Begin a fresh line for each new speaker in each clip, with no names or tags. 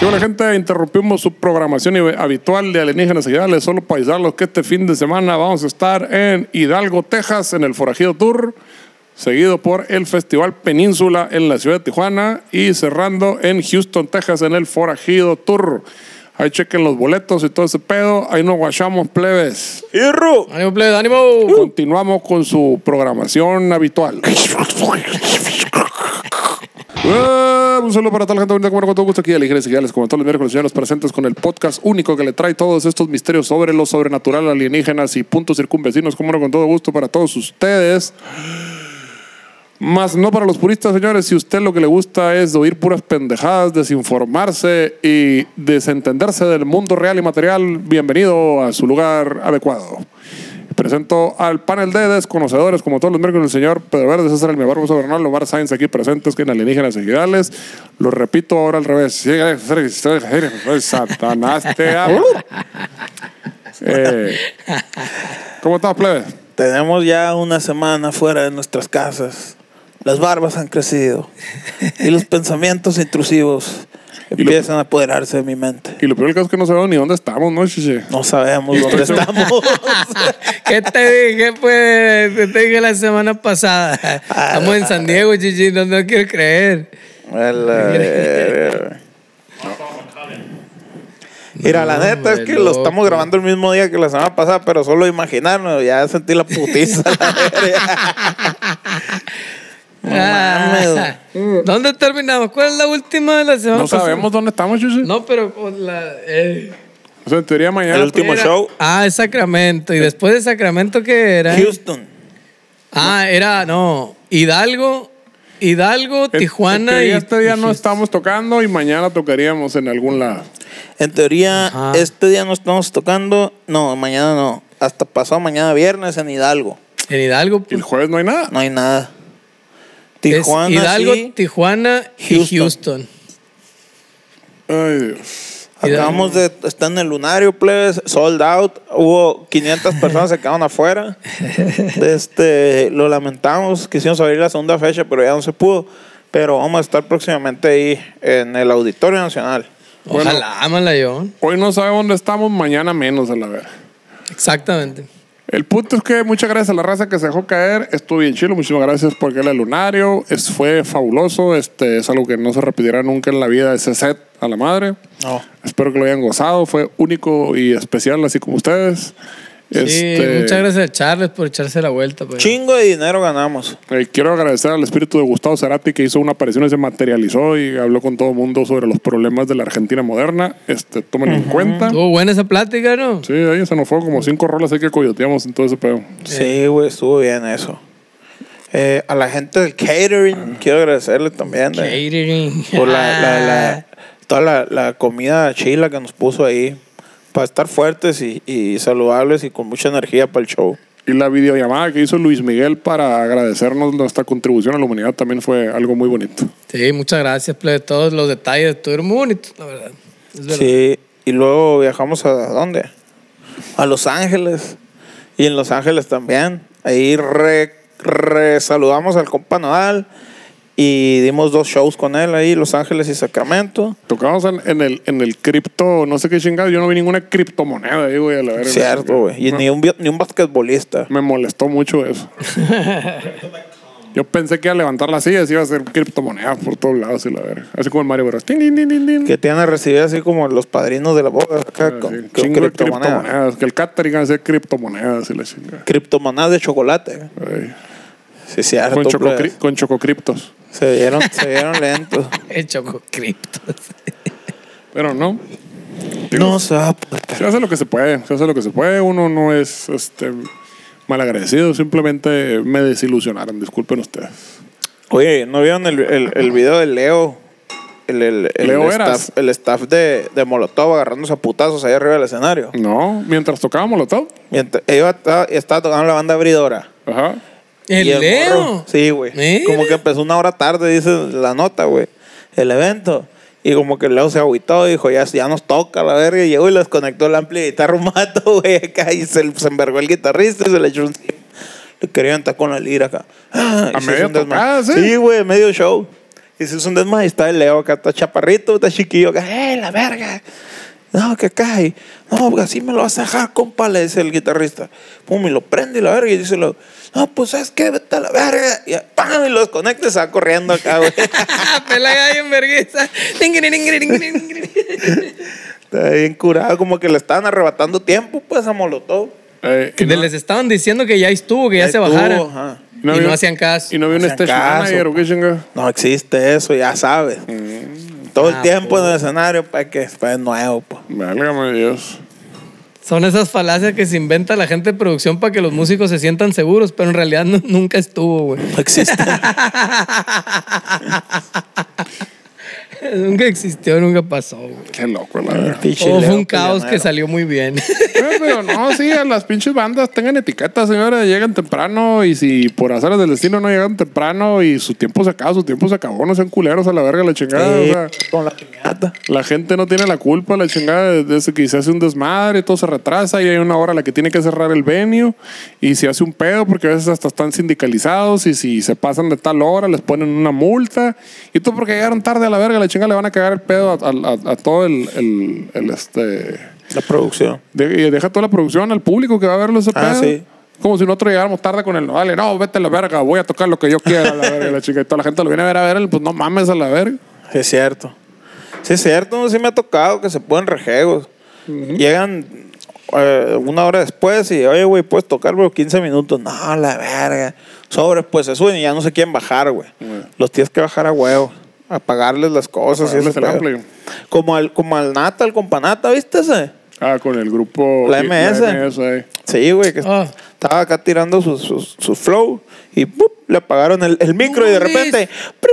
Y bueno, gente, interrumpimos su programación habitual de alienígenas ideales solo para avisarlos que este fin de semana vamos a estar en Hidalgo, Texas, en el Forajido Tour, seguido por el Festival Península en la ciudad de Tijuana y cerrando en Houston, Texas, en el Forajido Tour. Ahí chequen los boletos y todo ese pedo. Ahí nos guachamos, plebes.
¡Irru!
¡Ánimo, plebe, ánimo!
Continuamos con su programación habitual. Eh, un saludo para toda la gente bonita, como con todo gusto aquí de la Iglesia les como todos los miércoles, ya los presentes con el podcast único que le trae todos estos misterios sobre lo sobrenatural, alienígenas y puntos circunvecinos, como no, con todo gusto para todos ustedes. Más no para los puristas, señores, si usted lo que le gusta es oír puras pendejadas, desinformarse y desentenderse del mundo real y material, bienvenido a su lugar adecuado. Presento al panel de desconocedores, como todos los miércoles, el señor Pedro Verde, César El Barbo Sobernal, Omar Sainz, aquí presentes, que en Alienígenas Ejidales. Lo repito ahora al revés. eh, Satanás te amo. Eh, ¿Cómo estás, plebe?
Tenemos ya una semana fuera de nuestras casas. Las barbas han crecido y los pensamientos intrusivos empiezan a apoderarse de mi mente.
Y lo peor del caso es que no sabemos ni dónde estamos, ¿no, chiche?
No sabemos dónde estamos.
¿Qué te dije, pues? ¿Qué te dije la semana pasada? Estamos en San Diego, chichi, no, no quiero creer.
A la verga. Mira, la
No,
neta es
hombre,
que lo estamos
loco.
grabando el mismo día que la semana pasada, pero solo imaginarnos, ya sentí la putiza. la verga.
Ah, ¿Dónde terminamos? ¿Cuál es la última de la semana?
No sabemos dónde estamos, chiche.
pasada? pues, No, pero con la. eh,
O sea, en teoría mañana.
El último
era-
show,
Ah, es Sacramento. ¿Y después de Sacramento qué era?
Houston.
Ah, era, no. Hidalgo, Hidalgo,
en- en
Tijuana
teoría
y.
este día no estamos tocando y mañana tocaríamos en algún lado.
En teoría,
Ajá.
este día no estamos tocando. No, mañana no. Hasta pasado mañana viernes en Hidalgo.
En Hidalgo,
Y el
pues.
jueves no hay nada.
No hay nada.
Es
Tijuana,
Hidalgo,
sí.
Tijuana y
Houston.
Houston.
Ay, Dios.
Acabamos de estar en el lunario, plebes, sold out. Hubo 500 personas que quedaron afuera. Este, lo lamentamos, quisimos abrir la segunda fecha, pero ya no se pudo. Pero vamos a estar próximamente ahí en el Auditorio Nacional.
Bueno.
Ojalá, ámala yo.
Hoy no sabemos dónde estamos, mañana menos, a la verga.
Exactamente.
El punto es que muchas gracias a la raza que se dejó caer. Estuvo bien chilo. Muchísimas gracias por el lunario. Es, fue fabuloso. Este, es algo que no se repetirá nunca en la vida. Ese set a la madre.
No.
Espero que lo hayan gozado. Fue único y especial, así como ustedes. Este,
Sí, muchas gracias a Charles por echarse la vuelta. pues.
Chingo de dinero ganamos.
eh, quiero agradecer al espíritu de Gustavo Cerati que hizo una aparición y se materializó y habló con todo el mundo sobre los problemas de la Argentina moderna. Este, tomen en cuenta.
Estuvo buena esa plática, ¿no?
Sí, ahí se nos fue como cinco rolas ahí que coyoteamos en todo ese pedo.
Sí, güey, estuvo bien eso. Eh, a la gente del catering, quiero agradecerle también. de-
Ah. Catering. Ah.
por Pues la, la- la- toda la, la comida chila que nos puso ahí. Para estar fuertes y, y saludables y con mucha energía para el show.
Y la videollamada que hizo Luis Miguel para agradecernos nuestra contribución a la humanidad también fue algo muy bonito.
Sí, muchas gracias, plebe. Todos los detalles estuvieron muy bonitos, la verdad. Es verdad.
Sí. Y luego viajamos a dónde? A Los Ángeles. Y en Los Ángeles también. Ahí re, re- saludamos al compa Nodal. Y dimos dos shows con él ahí, Los Ángeles y Sacramento.
Tocamos en, en el, en el cripto, no sé qué chingado, yo no vi ninguna criptomoneda ahí, güey, a la verga.
Cierto, güey. Y ni un, vi- ni un basquetbolista.
Me molestó mucho eso. Yo pensé que al levantar las sillas iba a ser criptomonedas por todos lados y la verga. Así como el Mario Bros. Tin, tin, tin, tin, tin.
Que te van a recibir así como los padrinos de la boda acá
Así,
con, con
Ah, chingo de
criptomonedas.
criptomonedas. Que el catering iba a ser criptomonedas y la chingada.
criptomonedas de chocolate.
Ay.
Sí, cierto.
Con,
plebes.
chococri- con chococriptos.
Se vieron, se vieron lentos.
El Choco Cripto.
Pero no.
No se va a poder.
Se hace lo que se puede, se hace lo que se puede. Uno no es este, malagradecido, simplemente me desilusionaron, disculpen ustedes.
Oye, ¿no vieron el, el, el video de Leo el, el, el
Leo Eras.
staff, el staff de, de Molotov agarrándose a putazos ahí arriba del escenario.
No, mientras tocábamos lo top.
Mientras, ellos esta- estaba tocando la banda abridora.
Ajá.
El,
Y
Leo.
morro- Sí, güey.
Mira.
Como que empezó una hora tarde, dice la nota, güey. El evento. Y como que el Leo se agüitó, dijo, ya, ya nos toca la verga. Y llegó y les conectó el ampli de guitarra un mato, güey, acá. Y se, se envergó el guitarrista y se le echó un... Le querían entrar con la lira acá. Ah, y
A
se hizo
medio
un desmadre.
tocada, sí.
Sí, güey, medio show. Y se hizo un desmadre. y Está el Leo acá, está chaparrito, está chiquillo acá. ¡Eh, la verga! No, que cae. No, pues, así me lo vas a dejar, compa, le dice el guitarrista. Pum, y lo prende y la verga. Y dice, lo, no, pues, ¿sabes qué? Vete a la verga. Y pam, y lo desconecta y se va corriendo acá, güey.
Ah, Pela gallo en vergüenza. Tingiri, tingiri, tingiri, tingiri.
Está bien curado, como que le estaban arrebatando tiempo, pues, a Molotov.
Eh, y
De-
no-
Les estaban diciendo que ya estuvo, que ya
Ahí
se
estuvo,
bajara.
ajá.
y no hacían caso.
Y no había un
No hacían
stage
caso, pues.
manager o qué chinga.
No existe eso, ya sabes.
Mm.
Todo el
Ah,
tiempo
pues.
en el escenario para que esté nuevo, pues.
Válgame Dios.
Son esas falacias que se inventa la gente de producción para que los músicos se sientan seguros, pero en realidad nu- nunca estuvo, güey.
No existe.
Nunca existió, nunca pasó, güey.
Qué loco, la verdad.
Pinche
Todo fue
Leo
un caos que
peleonero.
salió muy bien.
Eh, Pero no, sí, a las pinches bandas tengan etiquetas, señores, llegan temprano y si por azares del destino no llegan temprano y su tiempo se acaba, su tiempo se acabó, no sean culeros a la verga, la chingada.
Sí,
Ah, O sea,
con la piñata.
la gente no tiene la culpa, la chingada, de- de eso que se hace un desmadre, todo se retrasa y hay una hora a la que tiene que cerrar el venio y se hace un pedo porque a veces hasta están sindicalizados y si se pasan de tal hora les ponen una multa y todo porque llegaron tarde a la verga, la chingada le van a cagar el pedo a, a- a- a todo el- el- el este...
La producción.
De- y deja toda la producción al público que va a verlo ese
Ah,
pedo.
sí.
Como si nosotros llegáramos tarde con el nodal. y, No, vete a la verga, voy a tocar lo que yo quiera. La verga, la chica. Y toda la gente lo viene a ver a ver. Pues no mames a la verga.
Sí, es cierto. Sí, es cierto. Sí me ha tocado que se ponen rejegos. Llegan eh, una hora después y, oye, güey, puedes tocar, pero 15 minutos. No, la verga. Sobres, pues se suben y ya no se quieren bajar, güey. Los tienes que bajar a huevo. Apagarles las cosas. y ese
Apagarles el
pedo.
ampli.
como, al, como al Nata, al companata, ¿viste ese?
Ah, con el grupo.
La MS.
eh.
Sí, güey, que
Ah.
estaba acá tirando su, su, su flow y ¡pup! le apagaron el, el micro y de
Luis.
repente ¡pri,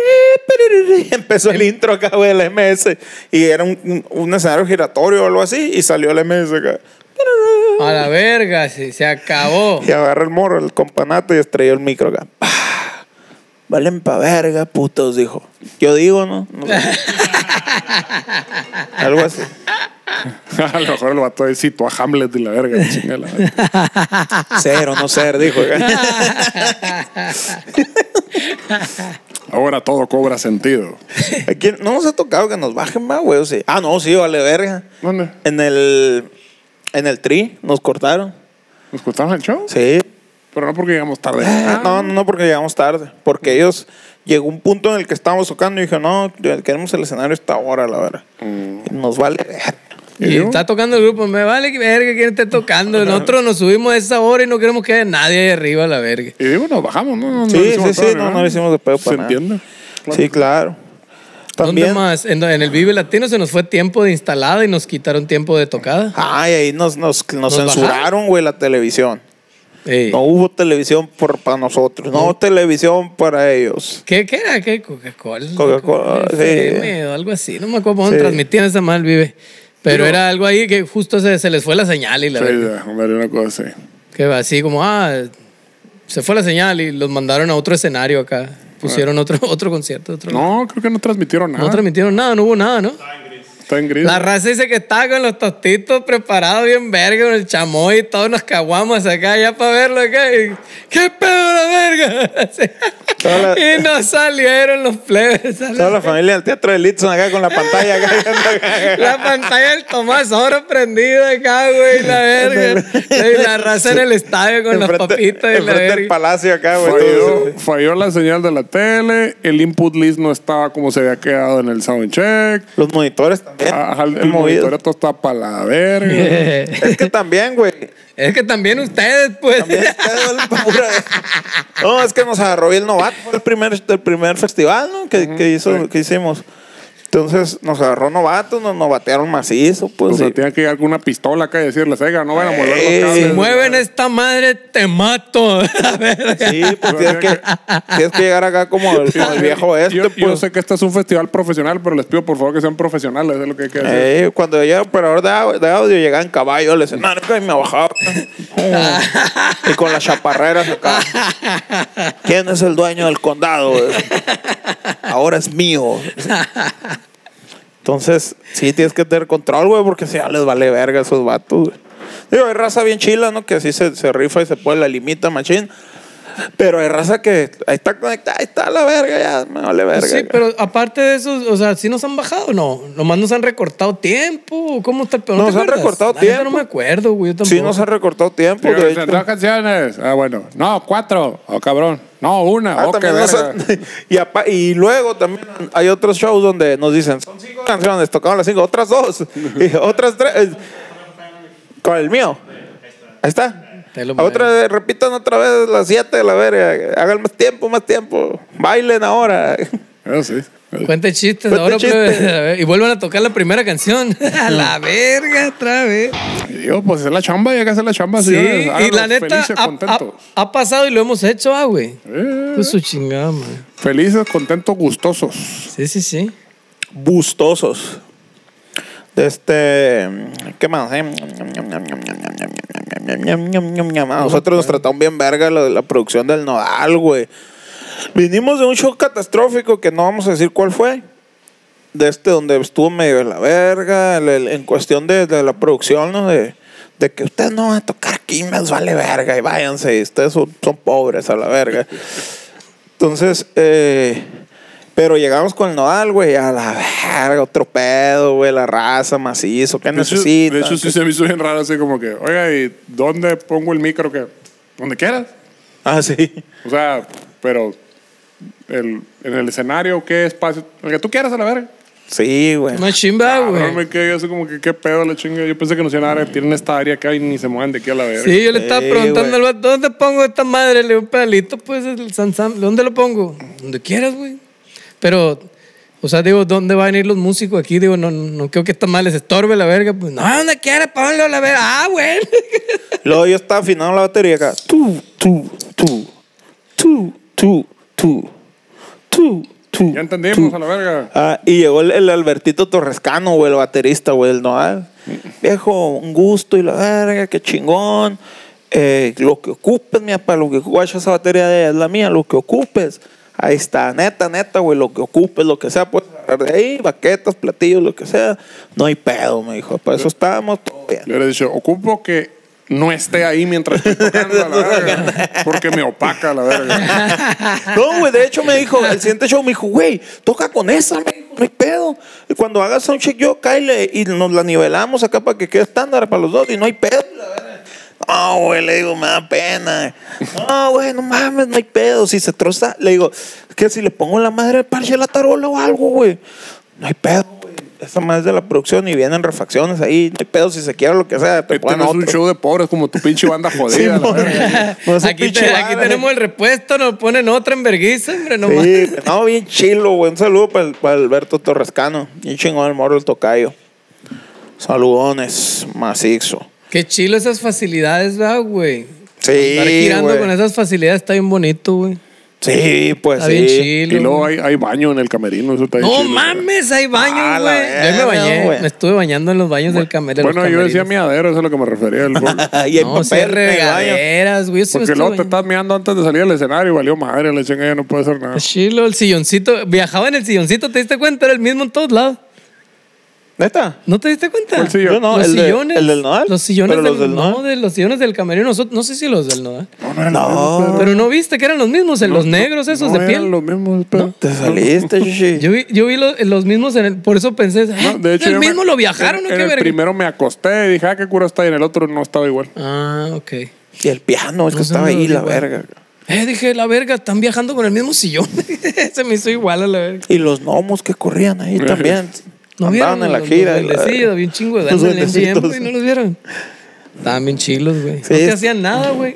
piriri! empezó el intro acá, güey, del MS. Y era un, un- un escenario giratorio o algo así y salió el MS acá.
A la verga, se, se acabó.
Y agarra el morro, el companato y estrelló el micro acá. ¡Pah! Valen pa' verga, putos, dijo. Yo digo, ¿no? No sé. algo así.
a lo mejor el vato ahí citó a Hamlet y la verga. la chinga la verga.
Ser o no ser, dijo acá.
Ahora todo cobra sentido.
¿A quién? No nos ha tocado que nos bajen más, güey. o sí. Ah, no, sí, vale verga.
¿Dónde?
En el, en el tri nos cortaron.
¿Nos cortaron el show?
Sí.
Pero no porque llegamos tarde.
Ah,
Ah,
No, no, no, porque llegamos tarde. Porque ellos llegó un punto en el que estábamos tocando y dijo, no, queremos el escenario a esta hora, la verdad. Y Nos vale. verga.
¿Y
Y
yo?
está tocando el grupo. Me vale que verga quién esté tocando. Nosotros nos subimos a esa hora y no queremos que haya nadie ahí arriba a la verga.
Y digo, nos bajamos, ¿no? no, no
Sí,
le hicimos
sí, sí,
pedo ni
no,
nada.
no le hicimos de pedo
¿Se
para nada.
entiende?
Sí, claro.
¿Dónde
También.
más? En, en el Vive Latino se nos fue tiempo de instalada y nos quitaron tiempo de tocada.
Ay, ahí nos, nos, nos
¿Nos
censuraron, güey, la televisión.
Ey.
No hubo televisión por, para nosotros, no hubo televisión para ellos.
¿Qué, qué era? ¿Qué? Coca-Cola.
Coca-Cola,
FM
sí.
o algo así. No me acuerdo cómo
Sí.
transmitían esa mal vive. Pero
Pero-
era algo ahí que justo se, se les fue la señal y la
Sí,
verga.
ya, hombre, una cosa así.
Que va así como, ah, se fue la señal y los mandaron a otro escenario acá. Pusieron
Ah.
otro, otro concierto. Otro, no,
No, creo que no transmitieron nada.
transmitieron nada, no hubo nada, ¿no?
Está en gris.
La raza dice que estaba con los tostitos preparados bien verga, con el chamoy y todos nos caguamos acá ya para verlo acá. y, ¿Qué pedo la verga?
Toda la-
y nos salieron los plebes. a la
Toda la familia del teatro de Litson acá con la pantalla acá.
La pantalla del Tomás ahora prendida acá, güey, la verga. Y la raza en el estadio con las papitas y la
Enfrente del
verga.
palacio acá, güey. todo
Falló,
eso.
falló la señal de la tele, el input list no estaba como se había quedado en el soundcheck.
Los monitores también.
Ajá, el, el
movidos.
monitor todo está para la verga.
Es que también, güey.
Es que también ustedes, pues.
También está de la pura- No, es que nos agarró bien novato. Fue el primer, el primer festival, ¿no? Que, que hizo, que hicimos. Entonces nos agarró novatos, nos, nos batearon macizo, pues.
O sea,
y-
tiene que ir alguna pistola acá y decirle, oiga, no van a mover
Ey,
los
Eh, si
cables.
Mueven esta madre, te mato. La verga.
Sí, pues tienes que, tienes que llegar acá como el, como el viejo este,
yo,
pues.
yo sé que este es un festival profesional, pero les pido por favor que sean profesionales, es lo que hay que decir.
Ey, pues, Eh, cuando yo era operador de, au- de audio, llegaba en caballo al escenario y me bajaba. y con las chaparreras acá. ¿Quién es el dueño del condado? Ahora es mío. Entonces, sí tienes que tener control, güey, porque si ya les vale verga a esos vatos, güey. Digo, hay raza bien chila, ¿no? Que así se, se rifa y se pone la limita, machín. Pero hay raza que ahí está conectada, ahí está la verga, ya me vale verga.
Sí,
güey.
pero aparte de eso, o sea, ¿sí nos han bajado o no? Nomás nos han recortado tiempo. ¿Cómo está el pedo? ¿No
Nos
te
han
acuerdas?
recortado
La neta
tiempo.
No me acuerdo, güey. Yo tampoco.
Sí, nos han recortado tiempo.
Digo,
de
dicen,
hecho.
dos canciones. Ah, bueno. No, cuatro. Oh, cabrón. No, una.
Ah,
oh, qué
también nos
verga.
han- y, apa- y luego también hay otros shows donde nos dicen, son cinco canciones, tocaban las cinco, otras dos, y otras tres. Con el mío. Ahí está.
Te lo
Otra vez, repitan otra vez las siete, la verga. Hagan más tiempo, más tiempo. Bailen ahora.
Eso sí.
Cuente chistes
Cuente
ahora,
chistes.
plebe. A ver, Y vuelvan a tocar la primera canción. A la verga, otra vez.
Y Digo, pues es la chamba, y hay que hacer la chamba,
Sí,
señores.
y
Háganlo
la neta,
Ah, Felices,
ha,
contentos.
ha- ha pasado y lo hemos hecho, ah, güey.
Eh,
Pues su chingada, man.
felices, contentos, gustosos.
Sí, sí, sí.
Bustosos. De este. ¿Qué más? eh? Nosotros nos tratamos bien verga la, la producción del Nodal, güey. Vinimos de un show catastrófico que no vamos a decir cuál fue. De este, donde estuvo medio de la verga, el- el- en cuestión de, de la producción, ¿no? De, de que ustedes no van a tocar aquí, me vale verga, y váyanse, y ustedes son- son pobres a la verga. Entonces, eh, pero llegamos con el nodal, güey, a la verga, otro pedo, güey, la raza, macizo, ¿qué
De hecho,
necesitan?
de hecho, sí se me hizo bien raro, así como que, oiga, ¿y dónde pongo el micro? que Donde quieras.
Ah, sí.
O sea, pero el, en el escenario, ¿qué espacio? El que tú quieras, a la verga.
Sí, güey.
Una chimba,
Cabrón,
Ah, güey.
Ah, me quedé yo así como que, ¿qué pedo la chinga? Yo pensé que no hacían nada, tienen esta área acá y ni se mueven de aquí a la verga.
Sí, yo le estaba
Sí,
preguntando al
güey.
vato, ¿dónde pongo esta madre? Le digo, un pedalito, pues, el San Sam. ¿Dónde lo pongo? Donde quieras, güey. Pero, o sea, digo, ¿dónde van a ir los músicos aquí? Digo, no, no, no creo que esta madre les estorbe la verga. Pues, no, donde quieras, ponlo a la verga. Ah, güey.
Luego yo estaba afinando la batería acá. Tú, tú, tú, tú, tú, tú, tú, tú.
Ya entendimos, a la verga.
Ah, y llegó el, el Albertito Torrescano, güey, el baterista, güey, el Noal. Viejo, un gusto y la verga, qué chingón. Eh, lo que ocupes, mira, para lo que guacha esa batería de- es la mía, lo que ocupes. Ahí está, neta, neta, güey, lo que ocupes, lo que sea, pues de ahí, baquetas, platillos, lo que sea. No hay pedo, me dijo. Para eso estábamos todo bien.
Le hubiera dicho, ocupo que no esté ahí mientras estoy tocando a la verga. Porque me opaca la verga.
No, güey, de hecho me dijo, el siguiente show me dijo, güey, toca con esa, me dijo, no hay pedo. Y cuando hagas un check yo, Kyle, y nos la nivelamos acá para que quede estándar para los dos y no hay pedo. la verga. No, güey, le digo, me da pena. No, güey, no mames, no hay pedo. Si se troza, le digo, que si le pongo la madre al parche de la tarola o algo, güey. No hay pedo, güey. Esa madre es de la producción y vienen refacciones ahí. No hay pedo si se quiere lo que sea. Te
Este
ponen
no es un
otro.
show de pobres como tu pinche banda
Sí,
jodida. la
mon.
verga.
No es un
aquí,
Pues, pinche
te-
bar,
aquí
güey.
tenemos el repuesto, nos ponen otra en vergüenza, hombre, no más.
Sí, no, bien chilo, güey. Un saludo para Alberto Torrescano. Bien chingón el morro el tocayo. Saludones, macizo.
Qué chilo esas facilidades, ¿verdad, güey.
Sí,
Estar girando
güey.
con esas facilidades está bien bonito, güey.
Sí, pues
Está
sí.
bien
Y
chilo.
luego
güey.
hay, hay baño en el camerino. Eso está bien
No
chido,
mames, hay
Ah,
baños,
la
güey. Yo me
verga,
bañé,
güey.
me estuve bañando en los baños del camer- de
güey.
los
Bueno, yo decía
camerinos.
miadero, eso es a lo que me refería. el gol.
y hay
No, sí,
papel en el baño.
regaderas, güey. Yo sí me
Porque luego
estuve
te
bañando.
estás meando antes de salir al escenario y valió madre. Le chinga, ya no puede hacer nada.
Chilo, el silloncito. Viajaba en el silloncito, ¿te diste cuenta? Era el mismo en todos lados.
¿Neta?
¿No te diste cuenta?
¿Cuál sillón?
Yo no,
los
el, de-
sillones.
el del Nodal.
Los sillones
Pero
del,
los del
no,
Nodal.
de los sillones del camerino. Nosotros- No sé si los del Nodal.
No,
Pero no viste que eran los mismos, en los negros esos
Ah. No
de
eran
piel.
los mismos, pero-
te saliste, chichi.
Yo vi, yo vi lo- los mismos en el, por eso pensé, "Ah,
No, de hecho,
el
yo me-
mismo lo viajaron,
en-
¿no?
en
¿Qué
el
verga?
primero me acosté y dije, ah, qué cura está. Y en el otro no estaba igual.
Ah, ok.
Y el piano, es que
No,
estaba
son
ahí, la
los igual.
verga.
Eh, dije, la verga, están viajando con el mismo sillón. Se me hizo igual a la verga.
Y los gnomos que corrían ahí también.
¿No
Andaban
vieron
en la
los-
gira.
Los
y la verga.
duendecillos, había un chingo de
Los
danza en el
duendecitos.
tiempo y no los vieron. Estaban bien chilos, güey.
Sí,
no te
es-
hacían nada, güey.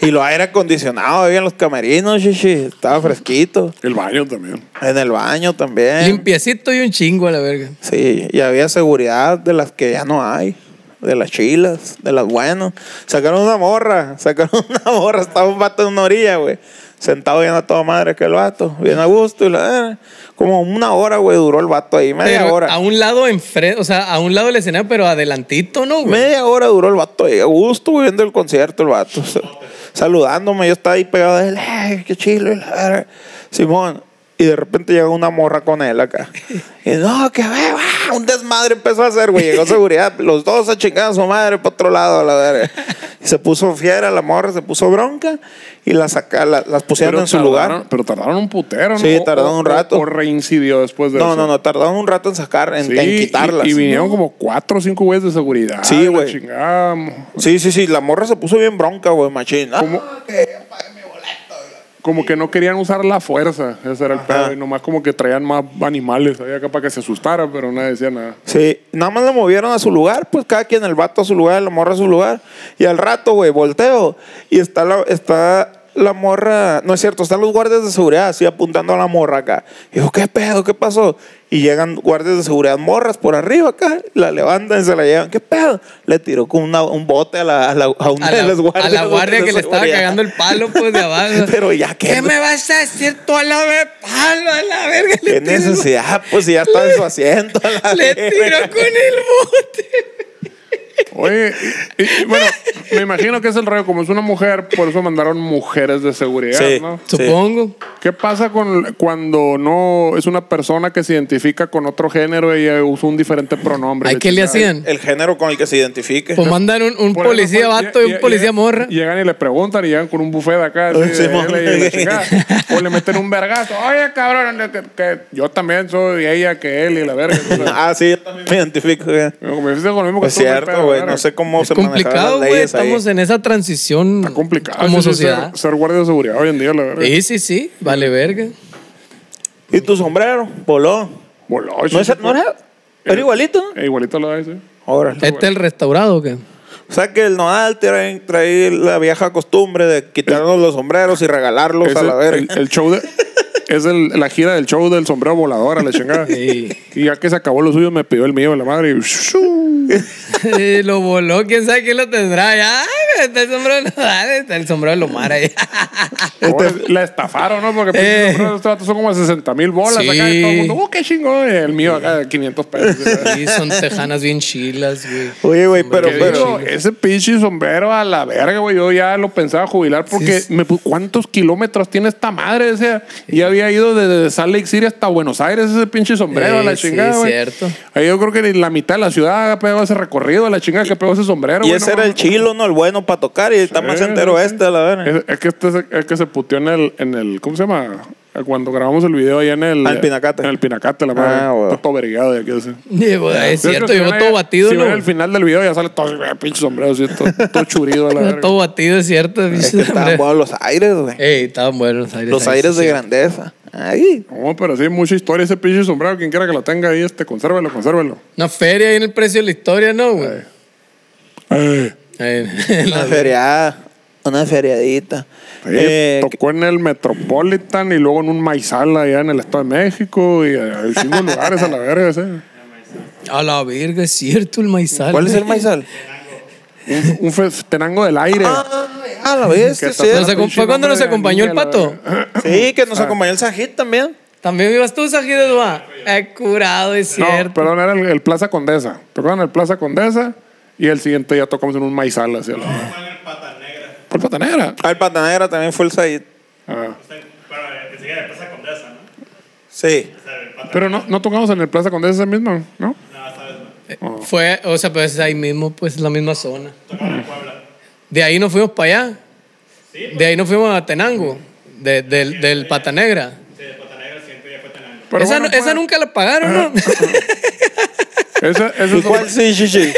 Y lo aire acondicionado, había en los camerinos, chichi. Estaba fresquito.
El baño también.
En el baño también.
Limpiecito y un chingo a la verga.
Sí, y había seguridad de las que ya no hay, de las chilas, de las buenas. Sacaron una morra, sacaron una morra, estaba un vato en una orilla, güey. Sentado bien a toda madre que el vato, bien a gusto. Y la- eh, como una hora, güey, duró el vato ahí, media
Pero
hora.
a un lado enfrente, o sea, a un lado del escenario, pero adelantito, ¿no, güey?
Media hora duró el vato ahí, a gusto, güey, viendo el concierto el vato. sa- Saludándome, yo estaba ahí pegado de él, "Eh, qué chilo, y la verga. Simón. Y de repente llega una morra con él acá. Y no, que ve, va", un desmadre empezó a hacer, güey. Llegó seguridad, los dos a chingar a su madre para otro lado, a la verga. Y se puso fiera la morra, se puso bronca y la saca, la- las pusieron Pues en su lugar.
Pero tardaron un putero, ¿no?
Sí,
O-
tardaron
o-
un rato.
O, reincidió después de
No,
eso.
no, no, tardaron un rato en sacar, en,
Sí,
en
y-
quitarlas.
Y, vinieron como cuatro o cinco güeyes de seguridad.
Sí,
y la
güey.
chingada, mo-
Sí, sí, sí, la morra se puso bien bronca, güey, machín. Ah,
Como, como que no querían usar la fuerza. Ese era el pedo. Y nomás como que traían más animales ahí acá para que se asustara, pero nadie decía nada.
Sí, nada más lo movieron a su lugar, pues cada quien el vato a su lugar, la morra a su lugar. Y al rato, güey, volteo y está la, está la morra, no es cierto, están los guardias de seguridad así apuntando a la morra acá. Y digo, ¿qué pedo? ¿Qué pasó? Y llegan guardias de seguridad morras por arriba acá, la levantan y se la llevan. ¿Qué pedo? Le tiró con una- un bote a, la, a, la- a una
A
de
la,
las guardias.
a la
de
guardia que le estaba
seguridad.
cagando el palo, pues, de abajo.
Pero ya que-
¿Qué me vas a decir tú a la vez? Palo, a la verga. Le
¿Qué
tiró-
necesidad? Pues si ya está en su asiento. a la
Le
verga.
tiró con el bote.
Oye, y- y- bueno, me imagino que es el rollo. Como es una mujer, por eso mandaron mujeres de seguridad,
Sí.
¿no?
Sí.
Supongo.
¿Qué pasa con cuando no es una persona que se identifica con otro género y eh, usa un diferente pronombre?
¿Ay,
La
qué le
chingada.
hacían?
El género con el que se identifique.
Pues mandan un, un
Por ejemplo,
policía
lle-
vato y un
lle-
policía
llegan-
morra.
Llegan y le preguntan y llegan con un buffet de acá. así,
Sí,
de
mon.
L y la chingada. o le meten un vergazo. Oye, cabrón, que, que yo también soy ella que él y la verga. o sea,
Ah, sí, yo también me identifico. güey.
como me dices con lo mismo que
Es
tú, me
cierto,
pedo,
güey.
verga.
No sé cómo
Es
se manejan
complicado,
las
güey.
leyes ahí.
Estamos en esa transición
Está complicado.
como
sí, sí,
sociedad.
ser, ser guardia de seguridad hoy en día, la verga.
Sí, sí, sí. Vale verga.
¿Y tu sombrero? Voló.
Voló,
¿No,
Pues sí, sí,
es, ¿no era? ¿Era igualito?
Eh, igualito lo da ese.
Órale.
Este es el restaurado, ¿qué?
O sea que el Nodal trae, trae la vieja costumbre de quitarnos los sombreros y regalarlos
Es
a
el,
la verga.
el- el show de. Es el- la gira del show del sombrero volador a la chingada.
Sí.
Y ya que se acabó lo suyo, me pidió el mío, la madre. Y shoo.
Eh, lo voló, quién sabe quién lo tendrá allá. güey. Está el sombrero de Nodal, está el sombrero de Lomar allá.
Ahora la estafaron, ¿no? Porque pinches
Eh.
sombreros de estos vatos son como 60 mil bolas
Sí.
acá y todo el mundo, ¡uh, qué chingón! Y El mío acá, 500 pesos.
Sí, son tejanas bien chilas, güey.
Oye, güey, pero,
Que digo,
pero
ese pinche sombrero a la verga, güey. Yo ya lo pensaba jubilar porque
Sí.
me pu- ¿cuántos kilómetros tiene esta madre? O sea, y había ido desde Salt Lake City hasta Buenos Aires ese pinche sombrero a la
Eh, sí,
chingada, güey.
cierto.
Ahí yo creo que ni la mitad de la ciudad ha pegado ese recorrido a la chingada que pegó ese sombrero,
y
güey,
ese
no
era el
mames.
chilo, ¿no? El bueno para tocar y está más
Sí,
entero
sí,
este, a la verga.
Es, es que este se- es que se puteó en el, en el. ¿Cómo se llama? Cuando grabamos el video allá en el.
Ah, en Pinacate.
En el Pinacate, la madre.
Ah, güey.
Está todo abrigado de aquí, así.
Eh, güey, es cierto, llegó todo batido,
Si
¿no?
ven el final del video ya sale todo eh, pinche sombrero, así, todo, todo churido a la verga.
Todo batido, es cierto.
Es que estaban buenos los aires, güey.
Ey, estaban buenos aires.
Los
ahí,
aires
Eh, sí,
de
sí.
grandeza. Ahí.
No, pero sí, mucha historia ese pinche sombrero. Quien quiera que lo tenga ahí, este, consérvelo, consérvelo.
Una feria ahí en el precio de la historia, ¿no, güey?
Eh,
Ahí en
Una
la-
feriada. Una feriadita.
sí,
Eh,
tocó en el Metropolitan y luego en un maizal allá en el Estado de México y eh, hay cinco lugares a la verga, sí.
A la verga, es cierto, el maizal.
¿Cuál es el
güey.
maizal?
Un, un fes- tenango del aire.
Ah, la vez,
Que
sí,
está
sí.
todo
Nos acom-
pinche
¿Fue
nombre
cuando nos
de la
acompañó el
niña, la
pato?
verga.
Sí, que nos acompañó el Sajid también.
También ibas tú, Sajid Dua. Eh, curado, es
No,
cierto.
perdón, era el, el Plaza Condesa. Tocaban en el Plaza Condesa y el siguiente ya tocamos en un maizal. Así, a la verga. ¿Por Pata Negra?
Al Patanegra también fue Ah, el Sajid.
Ah.
Bueno, eh, que sigue empieza con Desa, ¿no?
Sí.
O sea, el pata-
Pero no, no tocamos en el Plaza Condesa ese mismo, ¿no?
No, sabes, no.
Fue, o sea, pues ahí mismo, pues en la misma zona.
Tocaba en Puebla.
De ahí nos fuimos para allá. De ahí nos fuimos a Tenango, de- del, del Pata Negra.
Sí, de Pata Negra siempre ya fue tan alto.
Pero
esa,
bueno,
no- esa
pues,
nunca la pagaron, ¿no?
Ese, ese
¿Y
sombrero,
cuál? Sí, sí, sí.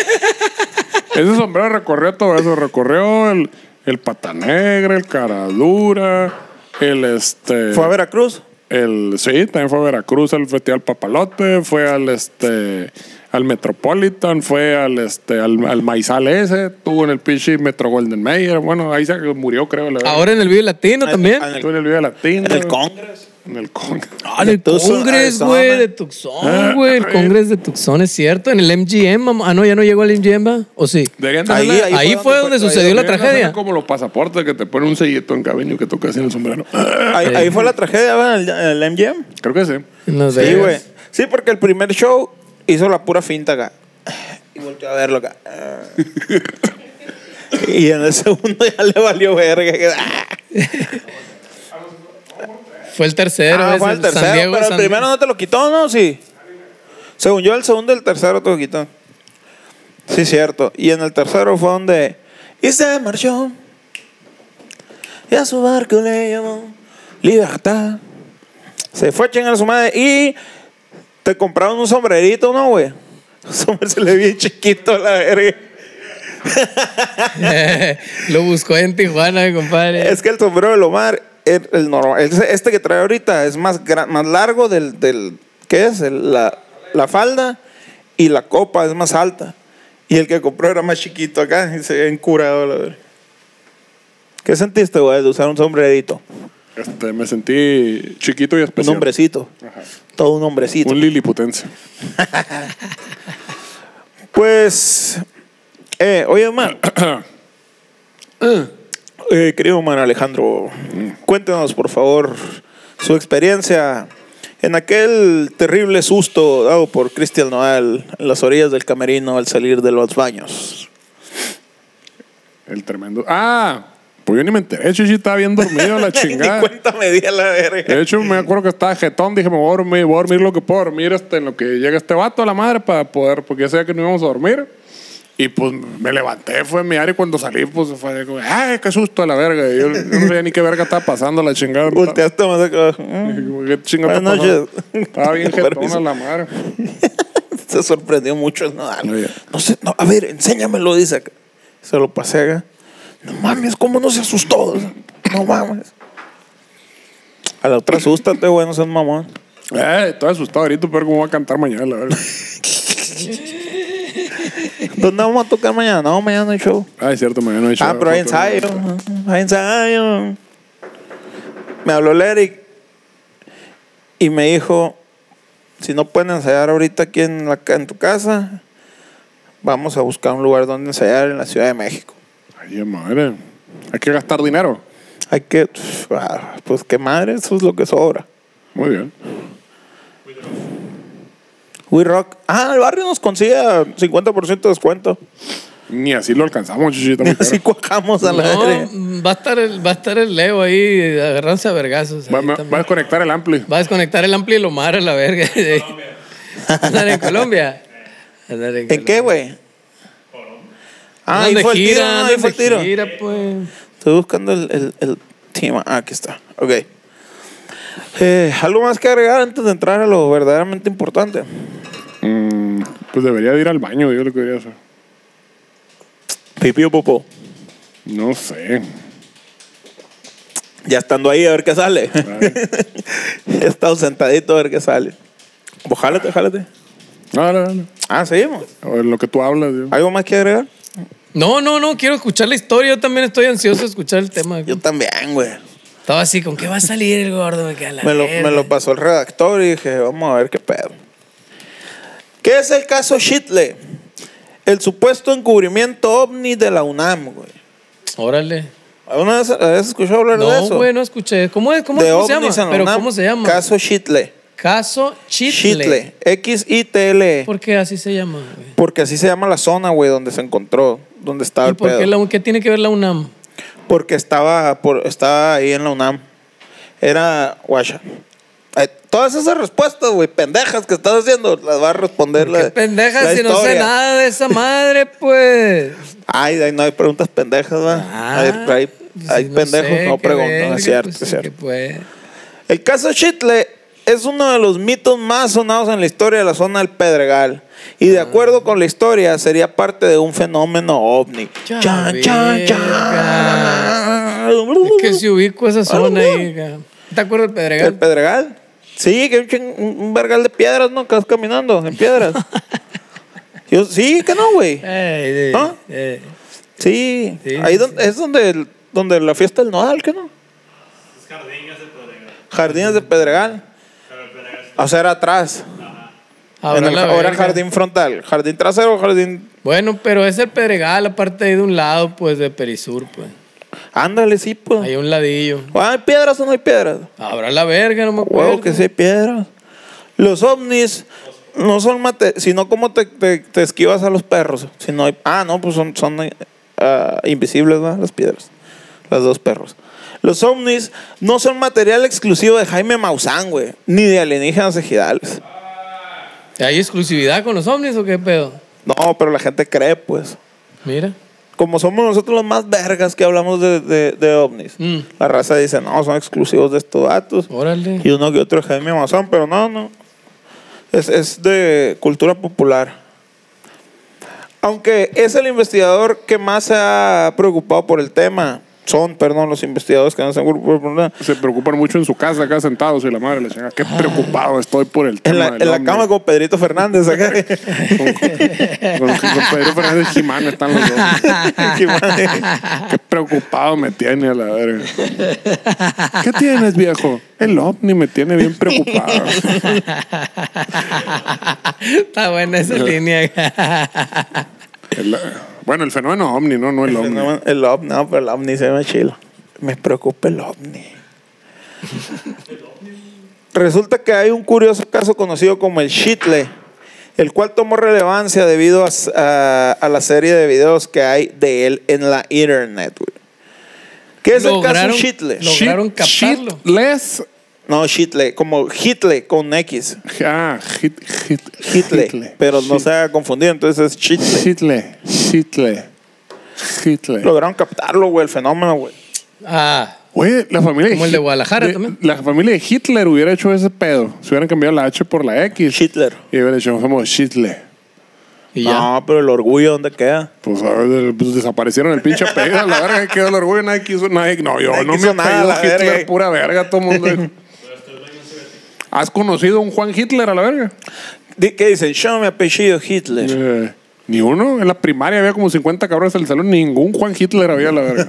ese sombrero recorrió todo eso. Recorrió el, el Pata Negra, el Caradura, el este.
¿Fue a Veracruz?
El, sí, también fue a Veracruz al Festival Papalote, fue al este al Metropolitan, fue al, este, al, al Maizal ese, tuvo en el pinche Metro Golden Mayer. Bueno, ahí se murió, creo. La verdad.
Ahora en el Vive Latino también.
En el-
Estuvo en el Vive Latino.
En el Congress.
En el Congress.
Ah, en el
Tucson,
Congres,
Arizona. Ah,
güey, de Tucson, güey. El Congres de Tucson, es cierto. En el MGM, mamá. Ah, no, ya no llegó al MGM, ¿va? ¿o sí?
Deberían
Ahí-
tenerle-
ahí
Ahí,
fue
fue
donde
donde
fue-
sucedió la
deberían hacer
tragedia.
Como los pasaportes que te ponen un sellito en cabello que toca así en el sombrero.
Ahí, ahí fue la tragedia, ¿verdad? En el, en el MGM.
Creo que sí.
En Las
Sí,
Vegas.
güey. Sí, porque el primer show hizo la pura finta acá. Y volteó a verlo acá. Ah. y en el segundo ya le valió verga. Ah.
Fue el tercero.
Ah,
ese,
fue el tercero,
San Diego,
pero
San-
el primero no te lo quitó, ¿no? Sí. Según yo, el segundo y el tercero te lo quitó. Sí, cierto. Y en el tercero fue donde... Y se marchó. Y a su barco le llamó Libertad. Se fue a chingar a su madre y te compraron un sombrerito, ¿no, güey? Sombrero se le bien chiquito a la verga.
Lo buscó en Tijuana, compadre.
Es que el sombrero del Omar, el, el normal, el- este que trae ahorita es más, gran- más largo del, del ¿qué es? El- la, la falda y la copa es más alta. Y el que compró era más chiquito acá y se ve encurado, la verdad. ¿Qué sentiste, güey, de usar un sombrerito?
Este, me sentí chiquito y
Un
especial.
hombrecito. Todo un hombrecito.
Un liliputense.
Pues, eh, oye, Omar. Eh, querido Omar Alejandro, cuéntenos, por favor, su experiencia en aquel terrible susto dado por Cristian Noel en las orillas del camerino al salir de los baños.
El tremendo. ¡Ah! Pues yo ni me enteré, Chichi estaba bien dormido la
Ni
chingada.
cuenta me di a la verga.
De hecho, me acuerdo que estaba jetón, dije, me voy a dormir, voy a dormir lo que puedo dormir este, en lo que llega este vato a la madre para poder, porque ya sabía que no íbamos a dormir. Y pues me levanté, fue mi área y cuando salí, pues fue así como, ay, qué susto a la verga. Y Yo, yo no sabía ni qué verga estaba pasando la chingada.
Volteaste más acá.
Dije,
Mm.
como, ¿Qué chingada está
Buenas
pasando?
noches.
Estaba bien jetón
Permiso.
a la madre.
Se sorprendió mucho el Nodal.
Muy bien.
No sé, no, a ver, enséñamelo, dice acá. Se lo pasé acá. No mames, ¿cómo no se asustó? No mames. A la otra asústate, güey, no seas mamón.
Eh, estoy asustado ahorita, pero cómo voy a cantar mañana, la verga.
¿Dónde vamos a tocar mañana? No, mañana no hay show.
Ah, es cierto, mañana no he hecho
Ah,
nada,
pero hay
foto,
ensayo. Hay ensayo. Me habló el Eric y me dijo, si no pueden ensayar ahorita aquí en, la, ca- en tu casa, vamos a buscar un lugar donde ensayar en la Ciudad de México.
Ay, madre. Hay que gastar dinero.
Hay que. pf, ah, Pues qué madre, eso es lo que sobra.
Muy bien.
We Rock. Ah, el barrio nos consigue a 50% de descuento.
Ni así lo alcanzamos, chichita. muy
Así
caro.
cuajamos a la verga.
No, va a estar el, va a estar el Leo ahí agarrándose a vergazos. ahí
Va, me- va a
también.
desconectar el ampli.
Va a desconectar el ampli y lo mar a la verga. Andar en Colombia. Andar en
¿En qué, güey?
Andan
Ah, ahí
de
fue el tiro.
gira,
ah, Ahí
andan
fue
de
el tiro.
gira, pues.
Estoy buscando el, el, el tema. Ah, aquí está. Ok. Eh, ¿Algo más que agregar antes de entrar a lo verdaderamente importante?
Mm, pues debería de ir al baño, yo lo que debería hacer.
Pipi o popó.
No sé.
Ya estando ahí, a ver qué sale.
Vale.
He estado sentadito a ver qué sale. Pues jálate, jálate.
No, no, no.
Ah, seguimos.
O en lo que tú hablas, yo.
¿Algo más que agregar?
No, no, no, quiero escuchar la historia. Yo también estoy ansioso de escuchar el tema.
Yo también, güey.
Estaba así, ¿con qué va a salir el gordo? Me, queda la
Me lo, me
verga.
lo pasó el redactor y dije, vamos a ver qué pedo. ¿Qué es el caso Shitley? El supuesto encubrimiento ovni de la UNAM, güey.
Órale.
¿Alguna vez has escuchado hablar de
No,
eso?
güey, no escuché. ¿Cómo es? ¿Cómo,
de
cómo se
ovnis en
llama?
la
¿Pero
UNAM,
cómo se llama?
Caso Shitley.
Caso Chitle.
Shitley. X-I-T-L-E.
¿Por qué así se llama? güey?
E. Porque así se llama la zona, güey, donde se encontró, donde estaba
¿Y
el
por
pedo.
qué, la- qué tiene que ver la UNAM?
Porque estaba, por, estaba ahí en la UNAM. Era guacha. Eh, Todas esas respuestas, güey, pendejas que estás haciendo, las va a responder la.
¿Qué pendeja
la
si no sé
historia.
nada de esa madre, pues?
Ay, ay, no hay preguntas pendejas, va. hay hay-
pues,
hay
si
pendejos,
sé,
no
qué
preguntan,
verga,
es cierto,
pues,
es cierto.
que, pues.
El caso Chitle es uno de los mitos más sonados en la historia de la zona del Pedregal. Y
Ah.
de acuerdo con la historia, sería parte de un fenómeno ovni.
Ya
Chan, chan,
verga.
chan.
Es que si ubico
Ah,
esa zona ahí, ca- ¿te acuerdas del Pedregal?
¿El Pedregal? Sí, que un, ching- un- un vergal de piedras, ¿no? Que vas caminando en piedras. Yo, sí, que no, güey.
Eh, eh,
¿Ah?
eh.
Sí.
Sí,
Ahí
sí,
don- es donde, el- donde la fiesta del nodal, que no?
Es jardín, ya se puede. ¿no?
Jardines de Pedregal.
Pero el penal es-
O sea, era atrás.
Ahora,
Era-
la
ahora
verga.
jardín frontal. Jardín trasero, jardín
Bueno, pero es el Pedregal, aparte de un lado, pues, de Perisur, pues.
Ándale, sí, pues.
Hay un ladillo.
¿Hay piedras o no hay piedras?
Habrá la verga, no me acuerdo.
Huevo, que sí hay piedras. Los ovnis no son mate, sino como te, te- te esquivas a los perros. Si no hay- ah, no, pues son, son eh, ah, invisibles, ¿verdad? Las piedras. Las dos perros. Los ovnis no son material exclusivo de Jaime Maussan, güey, ni de alienígenas ejidales.
¿Hay exclusividad con los ovnis o qué pedo?
No, pero la gente cree, pues.
Mira.
Como somos nosotros los más vergas que hablamos de, de- de ovnis,
Mm.
la raza dice, no, son exclusivos de estos datos.
Órale.
Y uno que otro es Jaime Maussan, pero no, no. Es, es de cultura popular. Aunque es el investigador que más se ha preocupado por el tema. Son, perdón, los investigadores que no se han preocupado por nada.
Se preocupan mucho en su casa, acá sentados y la madre le chingada. Qué preocupado estoy por el tema.
Ah. En la,
del
en la
ovni.
cama con Pedrito Fernández acá.
Con, con- con Pedro Fernández Jimán están los dos. Qué preocupado me tiene a la verga. ¿Qué tienes, viejo? El ovni me tiene bien preocupado.
Está buena esa línea.
El- bueno, el fenómeno ovni, no, no el ovni.
el ovni, no, pero el ovni se ve chilo. Me preocupa el ovni. Resulta que hay un curioso caso conocido como el Shitle, el cual tomó relevancia debido a, s- a- a la serie de videos que hay de él en la internet. güey. ¿Qué es el
Lograron-
caso Shitle?
lo- Lograron captarlo.
Les.
No, Shitle, como Hitle con X.
Ah, hit, hit,
Hitle, pero no
Shit-
se haga confundir, entonces es Shitle.
Hitle. Hitle. Hitle.
Lograron captarlo, güey, el fenómeno, güey.
Ah,
Oye, la familia.
Como el de
Hit-
Guadalajara también.
La familia de Hitler hubiera hecho ese pedo. Se hubieran cambiado la H por la X.
Hitler.
Y hubiera hecho como Hitler.
y ya.
No, pero el orgullo, ¿dónde queda?
Pues, a ver, pues, desaparecieron el pinche apellido. a La verga, ahí quedó el orgullo. Nadie quiso. Nadie, no, yo
Nadie
no me
quiso nada,
apellido
la
Hitler.
verga.
Pura verga, todo el mundo. dijo. ¿Has conocido a un Juan Hitler a la verga?
Di- ¿Qué dicen? Yo me apellido Hitler.
Eh, ni uno. En la primaria había como 50 cabrones en el salón. Ningún Juan Hitler había a la verga.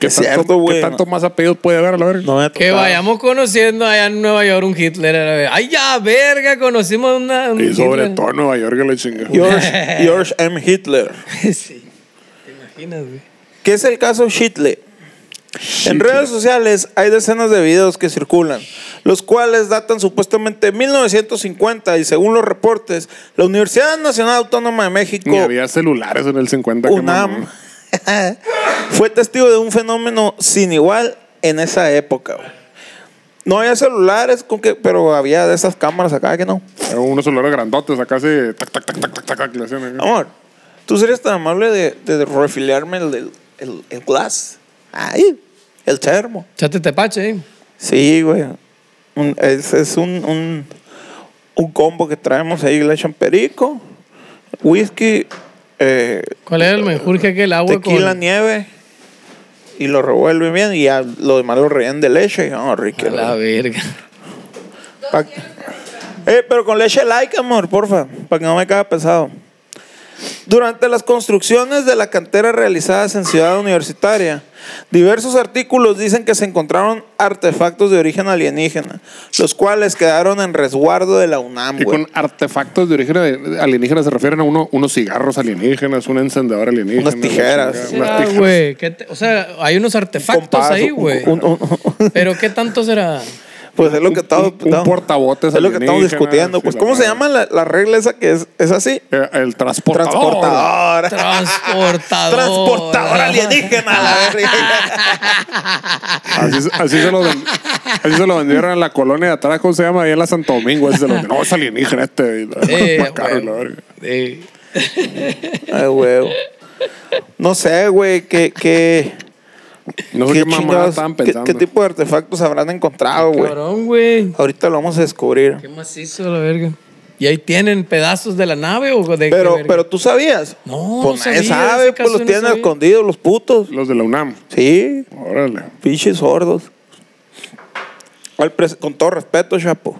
¿Qué,
Es
tanto,
cierto,
qué
güey.
tanto más apellidos puede haber a la verga?
No me ha
Que
tocado.
vayamos conociendo allá en Nueva York un Hitler. a la vez. Ay, ya, verga, conocimos una, un
y sobre
Hitler.
todo en Nueva York, la chingada.
George, George M. Hitler.
sí. ¿Te imaginas, güey?
¿Qué es el caso Hitler? En redes sociales hay decenas de videos que circulan, los cuales datan supuestamente 1950 y según los reportes, la Universidad Nacional Autónoma de México,
Ni había celulares en el 50. que
UNAM,
mamón.
fue testigo de un fenómeno sin igual en esa época. güey. No había celulares, con que, pero había de esas cámaras acá que no.
Era Unos celulares grandotes acá así. Tac, tac, tac, tac, tac, tac, que le hacían acá.
Amor, ¿tú serías tan amable de, de refiliarme el, el, el- el glass? Ahí, el termo.
Chate tepache, ¿eh?
Sí, güey. Un- es es un, un, un combo que traemos ahí, le echan perico, whisky, eh,
¿Cuál era el menjurje que el agua
tequila,
con...
nieve, y lo revuelven bien y ya lo demás lo rellen de leche. Y, oh, rico.
A la verga. Ah,
Pa- Eh, pero con leche like, amor, porfa, para que no me caiga pesado. Durante las construcciones de la cantera realizadas en Ciudad Universitaria, diversos artículos dicen que se encontraron artefactos de origen alienígena, los cuales quedaron en resguardo de la UNAM.
Y
güey.
con artefactos de origen de- alienígena se refieren a uno, unos cigarros alienígenas, un encendedor alienígena.
Unas
la chingada, Eh,
tijeras.
Ah,
Unas tijeras.
güey. ¿qué te- O sea, hay unos artefactos
Compás,
ahí,
un-
güey.
un- un-
Pero ¿qué tanto será?
Pues es lo que
un-
estamos,
un portabotes
es lo que estamos
alienígenas,
discutiendo.
sí,
Pues,
la
¿cómo se
madre.
llama la, la regla esa que es, es así?
Eh, El transportador.
Transportadora.
Transportador.
Transportadora alienígena, la verga.
Así, se- así se lo ven- así se lo vendieron a la colonia de atrás, ¿cómo se llama? Ahí en la Santo Domingo. Ese se lo vendieron. no, es alienígena este. y la-
Eh,
más caro, y la
güey.
verga.
Eh,
Ay, huevo. No sé, güey, qué, qué,
No sé
qué
qué, mamada
chingados-
estaban
qué-
pensando.
qué tipo de artefactos habrán encontrado, güey.
cabrón, güey.
Ahorita lo vamos a
Qué
descubrir.
macizo, la verga. ¿Y ahí tienen pedazos de la nave o de qué
Pero,
verga?
pero tú sabías.
No,
pues
no
nadie
sabía,
sabe,
ese
pues
caso
los
no
tienen
sabía.
escondidos los putos.
Los de la UNAM.
Sí,
Órale.
pinches sordos. Al pres- Con todo respeto, Chapo.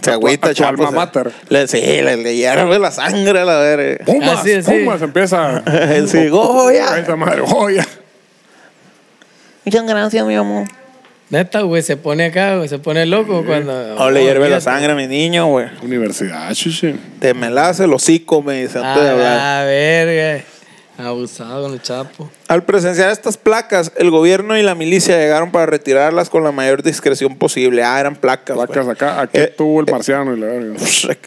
Se agüita,
tu
chaval.
alma mater.
Le, sí, le, le hierve la sangre a la verga.
¡Pumas!
Así es, sí.
¡Pumas! Empieza.
Sí, oh, Goya.
Esa madre, ¡Goya!
Muchas gracias, mi amor.
Neta, güey, se pone acá, güey, se pone loco cuando.
No Oh, le hierve la
olvídate.
sangre a mi niño, güey.
Universidad, chiche.
Te me la hace el hocico, me dice antes de hablar.
Ah, la verga. Abusado con el chapo.
Al presenciar estas placas, el gobierno y la milicia llegaron para retirarlas con la mayor discreción posible. Ah, eran placas.
Placas
güey.
acá. Aquí
Eh,
estuvo el marciano y la verga.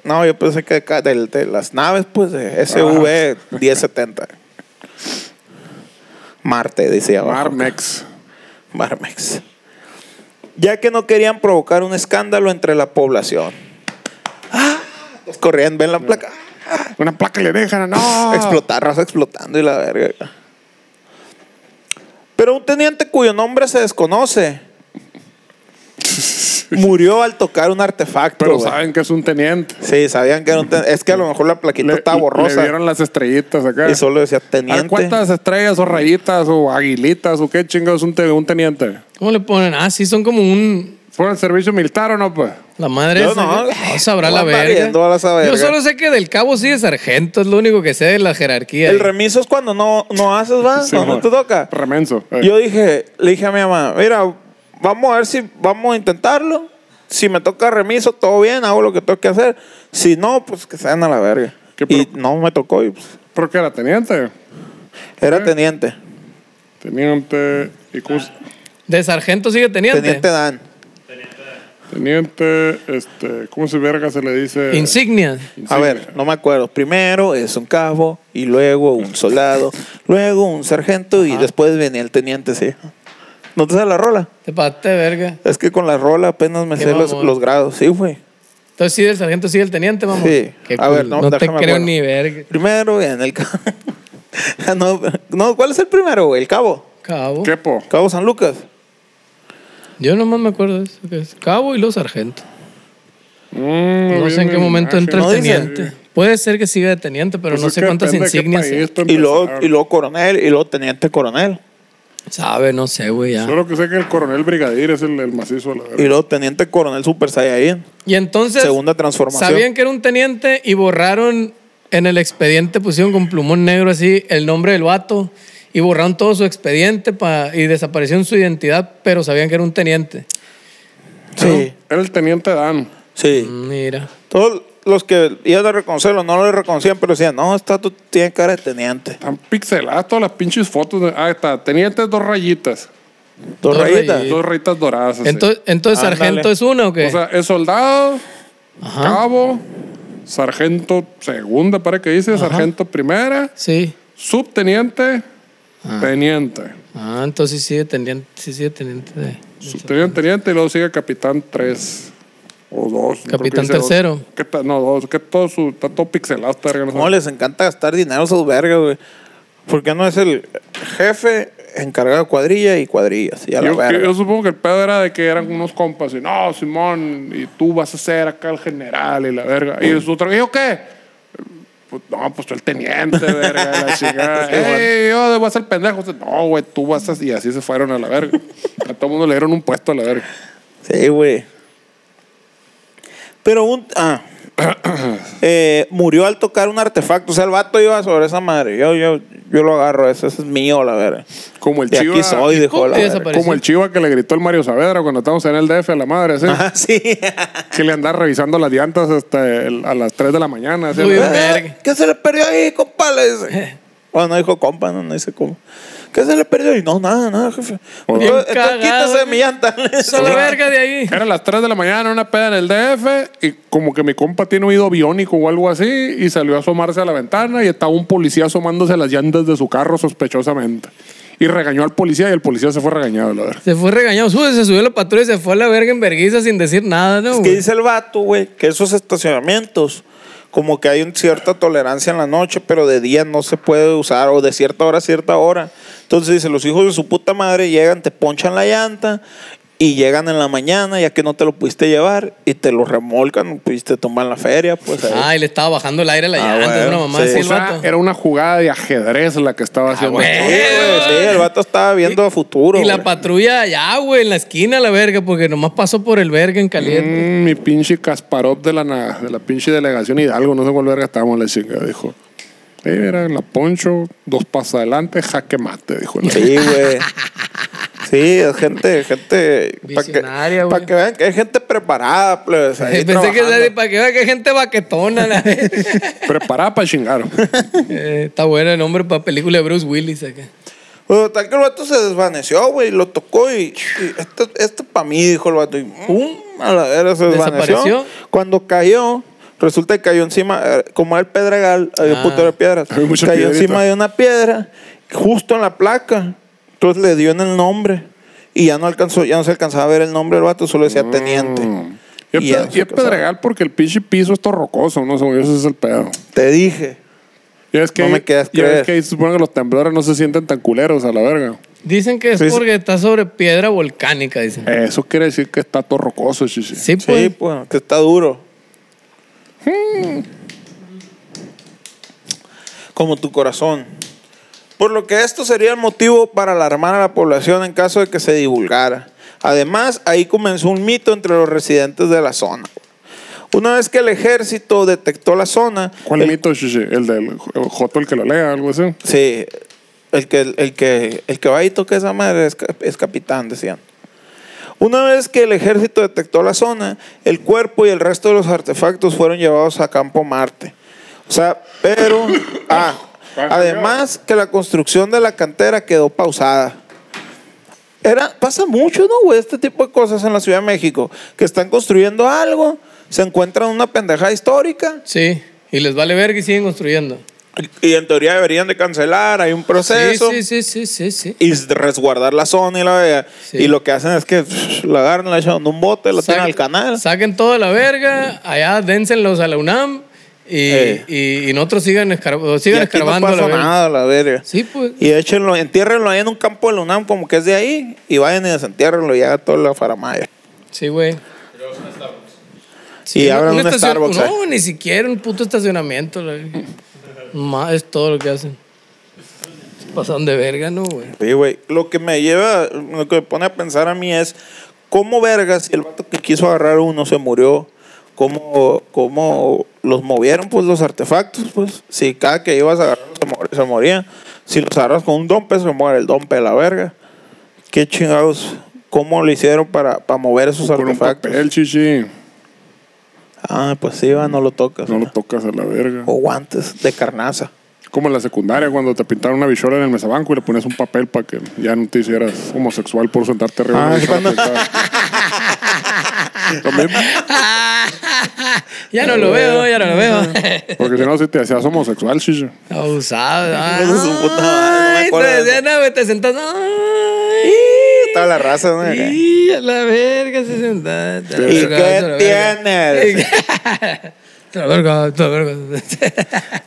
No, yo pensé que acá del- de, las naves, pues, de SV
Ah.
1070. Marte, decía. abajo.
Marmex.
Marmex. Ya que no querían provocar un escándalo entre la población. Ah, Corrían, ven la placa.
Una placa le dejan, no.
Explotar, raza explotando y la verga. Pero un teniente cuyo nombre se desconoce murió al tocar un artefacto.
Pero
güey.
saben que es un teniente.
Sí, sabían que era un teniente. Es que a lo mejor la plaquita
Le,
estaba
le
borrosa.
vieron las estrellitas acá.
y solo decía
A ver,
teniente.
¿Cuántas estrellas o rayitas o aguilitas o qué chingados un, te- un teniente?
¿Cómo le ponen? Ah, sí, son como un.
¿Fue el servicio militar o no, pues?
La madre
Yo
esa,
no.
güey. No sabrá
No
la
anda
verga.
viendo a la saberga.
Yo solo sé que del cabo sí es sargento, es lo único que sé de la jerarquía.
El
ahí.
remiso es cuando no, no haces, ¿va?
Sí,
cuando no
mo-
te toca.
Remenso. eh.
Yo dije, le dije a mi mamá, mira, vamos a ver si vamos a intentarlo. Si me toca remiso, todo bien, hago lo que tengo que hacer. Si no, pues que se den a la verga.
¿Qué
Y
pro-
no me tocó y pues,
¿Pero qué era teniente?
¿Eh?
era teniente.
Teniente y cus-
De sargento sigue teniente.
Teniente Dan.
Teniente, este, ¿cómo se verga se le dice?
Insignia.
A ver, no me acuerdo. Primero es un cabo y luego un soldado, luego un sargento y después venía el teniente, sí. ¿No te sabes la rola?
Te pasaste, de verga.
Es que con la rola apenas me
Qué
sé los,
mamón.
los grados, sí, güey.
Entonces sí, del sargento sigue el teniente, mamá.
Sí.
Qué
A
cool.
ver, no,
no, te creo
déjame acuerdo.
ni verga.
Primero en el cabo. Ah, no, no, ¿cuál es el primero, güey? El cabo.
Cabo.
Quepo.
Cabo San Lucas.
Yo nomás me acuerdo de eso. que es cabo y los sargentos.
Mm,
No sé en
viene
qué
imagen.
momento entra el
No dice.
teniente. Puede ser que siga de teniente, pero
Pues
no
es
sé
que
cuántas
depende de qué
insignias.
país pues, tú
Y luego,
empezaron.
y luego coronel, y luego teniente coronel.
Sabe, no sé, güey. ya.
Solo que sé que el coronel brigadier es el, el macizo. La
Y
verga.
luego teniente coronel super saiyajin.
Y entonces.
Segunda transformación.
Sabían que era un teniente y borraron en el expediente, pusieron con plumón negro así el nombre del vato y borraron todo su expediente pa- y desapareció su identidad, pero sabían que era un teniente.
Sí,
Era el teniente Dan.
sí.
Mira.
Todos los que iban a reconocerlo no lo reconocían, pero decían, no, esta tú tiene cara de teniente.
Están pixeladas todas las pinches fotos. de- ah, está. Teniente, dos rayitas.
Dos
Dos rayitas.
rayitas.
Dos rayitas doradas. así.
Entonces, entonces
Ándale.
sargento es uno o qué?
O sea, es soldado,
Ajá.
cabo, sargento segunda, para que dice, sargento primera,
sí.
subteniente, teniente.
Ah, entonces sí, de teniente, sí, sí, de teniente. de-
Subteniente, teniente, y luego sigue capitán tres. O dos. creo que
Capitán
dice dos.
tercero.
¿Qué tal? No, dos. Que todo su, está todo pixelado. Está verga, no
Pues, ¿Cómo
sé.
les encanta gastar dinero a esos vergas, güey? ¿Por qué no es el jefe encargado de cuadrilla y cuadrillas? Y a la
Yo,
verga.
yo supongo que el pedo era de que eran unos compas y no, Simón, y tú vas a ser acá el general y la verga. Y su otro, ¿y yo qué? Pues, no, pues tú el teniente, verga, la chingada. Ey, yo voy a ser pendejo. No, güey, tú vas a. Y así se fueron a la verga. A todo mundo le dieron un puesto a la verga.
Sí, güey. Pero un. Ah. Eh, murió al tocar un artefacto. O sea, el vato iba sobre esa madre. Yo, yo, yo lo agarro, eso, eso es mío, la verga.
Como el
De
chiva.
aquí soy,
pum,
dejó la
y
verga.
desapareció.
Como el chiva que le gritó el Mario Saavedra cuando estábamos en el DF a la madre, así.
Ah, sí.
Que le andaba revisando las llantas hasta el- a las 3 de la mañana. así,
Uy,
¿no?
verga.
Ah, ¿Qué se le perdió ahí, compa? Le dice. Bueno, no dijo compa, no, no dice compa. ¿Qué se le perdió? Y no, nada, nada, jefe.
Bien
Entonces,
cagado,
quítase de
güey.
mi llanta. le dice.
Esa es la verga de ahí.
Era las 3 de la mañana, una peda en el DF, y como que mi compa tiene oído biónico o algo así, y salió a asomarse a la ventana y estaba un policía asomándose a las llantas de su carro sospechosamente. Y regañó al policía y el policía se fue regañado, la verdad.
Se fue regañado, sube, se subió a la patrulla y se fue a la verga en verguiza sin decir nada, ¿no?
Es que
güey?
dice el vato, güey, que esos estacionamientos, como que hay una cierta tolerancia en la noche, pero de día no se puede usar, o de cierta hora a cierta hora. Entonces dice, los hijos de su puta madre llegan, te ponchan la llanta, y llegan en la mañana, ya que no te lo pudiste llevar, y te lo remolcan, no pudiste tomar en la feria, pues ahí.
Ah, y le estaba bajando el aire a la
Ah,
llanta.
bueno,
una mamá
sí.
así
O
el
sea,
vato. Ah,
era una jugada de ajedrez la que estaba haciendo.
eh, güey.
Sí, güey, sí, el vato estaba viendo a futuro.
Y la
güey.
patrulla allá, güey, en la esquina, la verga, porque nomás pasó por el verga en caliente.
Mm, mi pinche Kasparov de la, na- de la pinche delegación Hidalgo, no sé cuál verga estábamos la chinga, dijo. Eh, Era la poncho, dos pasos adelante, jaque mate, dijo. la-
Sí, güey. Sí, es gente, gente.
Visionaria, güey.
Para que vean que hay gente preparada, pues. Ahí
Pensé que
trabajando.
era para que vea que gente baquetona. la verga.
Preparada para chingar.
Eh, está bueno el nombre para película de Bruce Willis acá.
Bueno, tal que el vato se desvaneció, güey, lo tocó y, y esto, esto para mí, dijo el vato. Y pum, a la verga se desvaneció.
Desapareció.
Cuando cayó, resulta que cayó encima, eh, como era el pedregal, había un
Ah.
putero de piedras.
Había
Cayó
mucha piedrita.
encima de una piedra, justo en la placa. Entonces le dio en el nombre y ya no alcanzó, ya no se alcanzaba a ver el nombre del vato, solo decía teniente.
Mm. Y es,
Y ya
pe-
no
y
se
es
alcanzaba.
pedregal porque el pinche piso es torrocoso, no sé, güey, ese es el pedo.
Te dije.
Y es que,
No me quieras
y es
creer.
que ahí se supone que los temblores no se sienten tan culeros a la verga.
Dicen que es
Sí, sí.
porque está sobre piedra volcánica, dicen.
Eso quiere decir que está torrocoso, chichi.
Sí, pues.
Sí, pues, que está duro. Como tu corazón. Por lo que esto sería el motivo para alarmar a la población en caso de que se divulgara. Además, ahí comenzó un mito entre los residentes de la zona. Una vez que el ejército detectó la zona,
¿Cuál
el-
mito, chichi? ¿El del J- Joto el que lo lea, algo así?
Sí, el que, el que, el que va y toca esa madre es, cap- es capitán, decían. Una vez que el ejército detectó la zona, el cuerpo y el resto de los artefactos fueron llevados a Campo Marte. O sea, pero... ah, además que la construcción de la cantera quedó pausada. Era, pasa mucho, ¿no, güey? Este tipo de cosas en la Ciudad de México. Que están construyendo algo, se encuentran una pendejada histórica
Sí. Y les vale verga y siguen construyendo.
y en teoría deberían de cancelar, hay un
Sí,
proceso.
sí, sí, sí, sí, sí.
y resguardar la zona y la vea.
Sí.
Y lo que hacen es que pff, la agarran, la echan en un bote, la tiran
Saquen-
al canal.
Saquen toda la verga, allá dénsenlos a la UNAM y,
Eh.
y, y nosotros sigan, escar- o
Y
sigan
aquí no
escarbando la
pasa
verga.
nada, la verga.
Sí, pues.
Y échenlo, entiérrenlo ahí en un campo de la UNAM, como que es de ahí, y vayan y desentiérrenlo y hagan toda la faramaya.
Sí, güey.
y abran un Starbucks. ahí.
No, ni siquiera un puto estacionamiento. la verga. Ma- es todo lo que hacen. Se Pasan de verga, ¿no, güey?
Sí, güey. Lo que me lleva, lo que me pone a pensar a mí es, ¿cómo vergas si el vato que quiso agarrar uno se murió? ¿Cómo, cómo los movieron pues los artefactos? Pues si cada que ibas a agarrar se, mor- se moría. Si los agarras con un dompe, se muere el dompe de la verga. ¿Qué chingados? ¿Cómo lo hicieron para, para mover esos
Con un
artefactos?
papel, chichi.
Ah, pues sí, va, no lo tocas.
No lo tocas a la verga.
O guantes de carnaza.
Como en la secundaria, cuando te pintaron una bichola en el mesabanco y le ponías un papel para que ya no te hicieras homosexual por sentarte arriba. de una
Ah,
bichola
cuando-
pintada. Lo mismo,
Ya no lo veo, ya no lo veo.
porque si no, si te hacías homosexual, chichi.
Abusado. Ay,
Hijo de su puta madre, no me acuerdo de
te decían, "Ah, güey, te sentas. Ay,
Toda la raza, ¿no?
y a la verga se sentaba.
¿Y qué tienes?
La verga, la verga.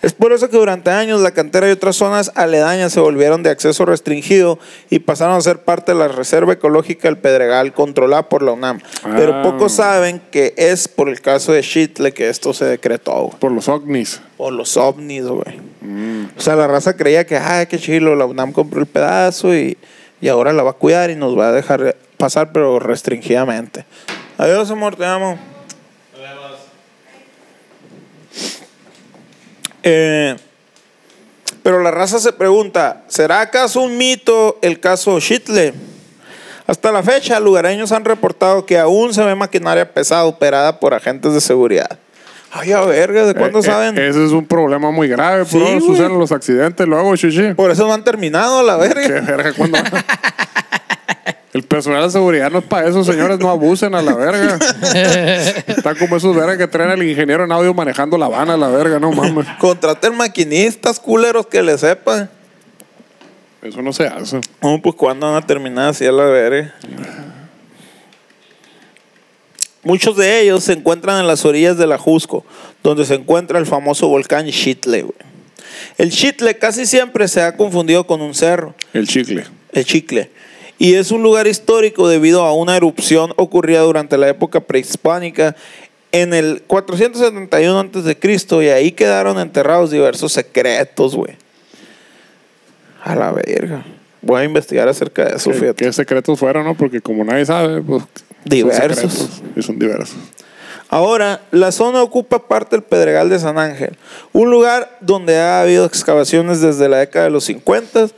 Es por eso que durante años la cantera y otras zonas aledañas se volvieron de acceso restringido y pasaron a ser parte de la Reserva Ecológica del Pedregal controlada por la UNAM.
Ah.
Pero pocos saben que es por el caso de Shitle que esto se decretó, güey.
Por los ovnis.
Por los ovnis, güey.
Mm.
O sea, la raza creía que, ay, qué chilo, la UNAM compró el pedazo y, y ahora la va a cuidar y nos va a dejar pasar, pero restringidamente. Adiós, amor, te amo.
Nos vemos.
Eh, pero la raza se pregunta, ¿será acaso un mito el caso Shitle? Hasta la fecha, lugareños han reportado que aún se ve maquinaria pesada operada por agentes de seguridad. Ay, a verga, ¿de cuándo
Eh, eh,
saben?
ese es un problema muy grave,
Sí,
por eso
güey.
suceden los accidentes luego, chichi.
por eso no han terminado a la verga.
Qué verga, ¿cuándo? El personal de seguridad no es para eso, señores, no abusen a la verga. Están como esos vergas que traen al ingeniero en audio manejando la Habana a la verga, no mames.
Contraten maquinistas, culeros que le sepan.
Eso no se hace.
No, pues cuándo van a terminar así a la verga. Muchos de ellos se encuentran en las orillas del Ajusco, donde se encuentra el famoso volcán Xitle. güey. El Xitle casi siempre se ha confundido con un cerro,
El chicle.
el Chicle, Y es un lugar histórico debido a una erupción ocurrida durante la época prehispánica en el 471 a.C. y ahí quedaron enterrados diversos secretos, güey. A la verga. Voy a investigar acerca de eso,
¿Qué,
fíjate.
qué secretos fueron, no? Porque como nadie sabe, pues. son
Diversos.
secretos y son diversos.
Ahora, la zona ocupa parte del Pedregal de San Ángel, un lugar donde ha habido excavaciones desde la década de los 50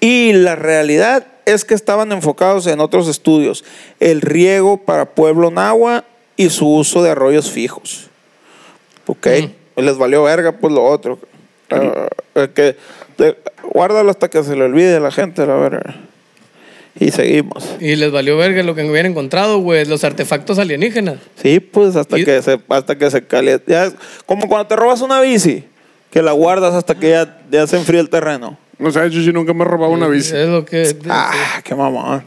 y la realidad es que estaban enfocados en otros estudios, el riego para pueblo nahua y su uso de arroyos fijos. Ok, les valió verga pues lo otro. Ah, eh, que, te- guárdalo hasta que se le olvide a la gente, la verga. Y seguimos.
Y les valió verga lo que hubiera encontrado, güey, los artefactos alienígenas.
Sí, pues hasta
Y-
que se hasta que se caliente. Ya es como cuando te robas una bici, que la guardas hasta que ya, ya se enfría el terreno.
No sé, yo sí nunca me he robado una bici.
Es lo que.
Ah, qué mamón.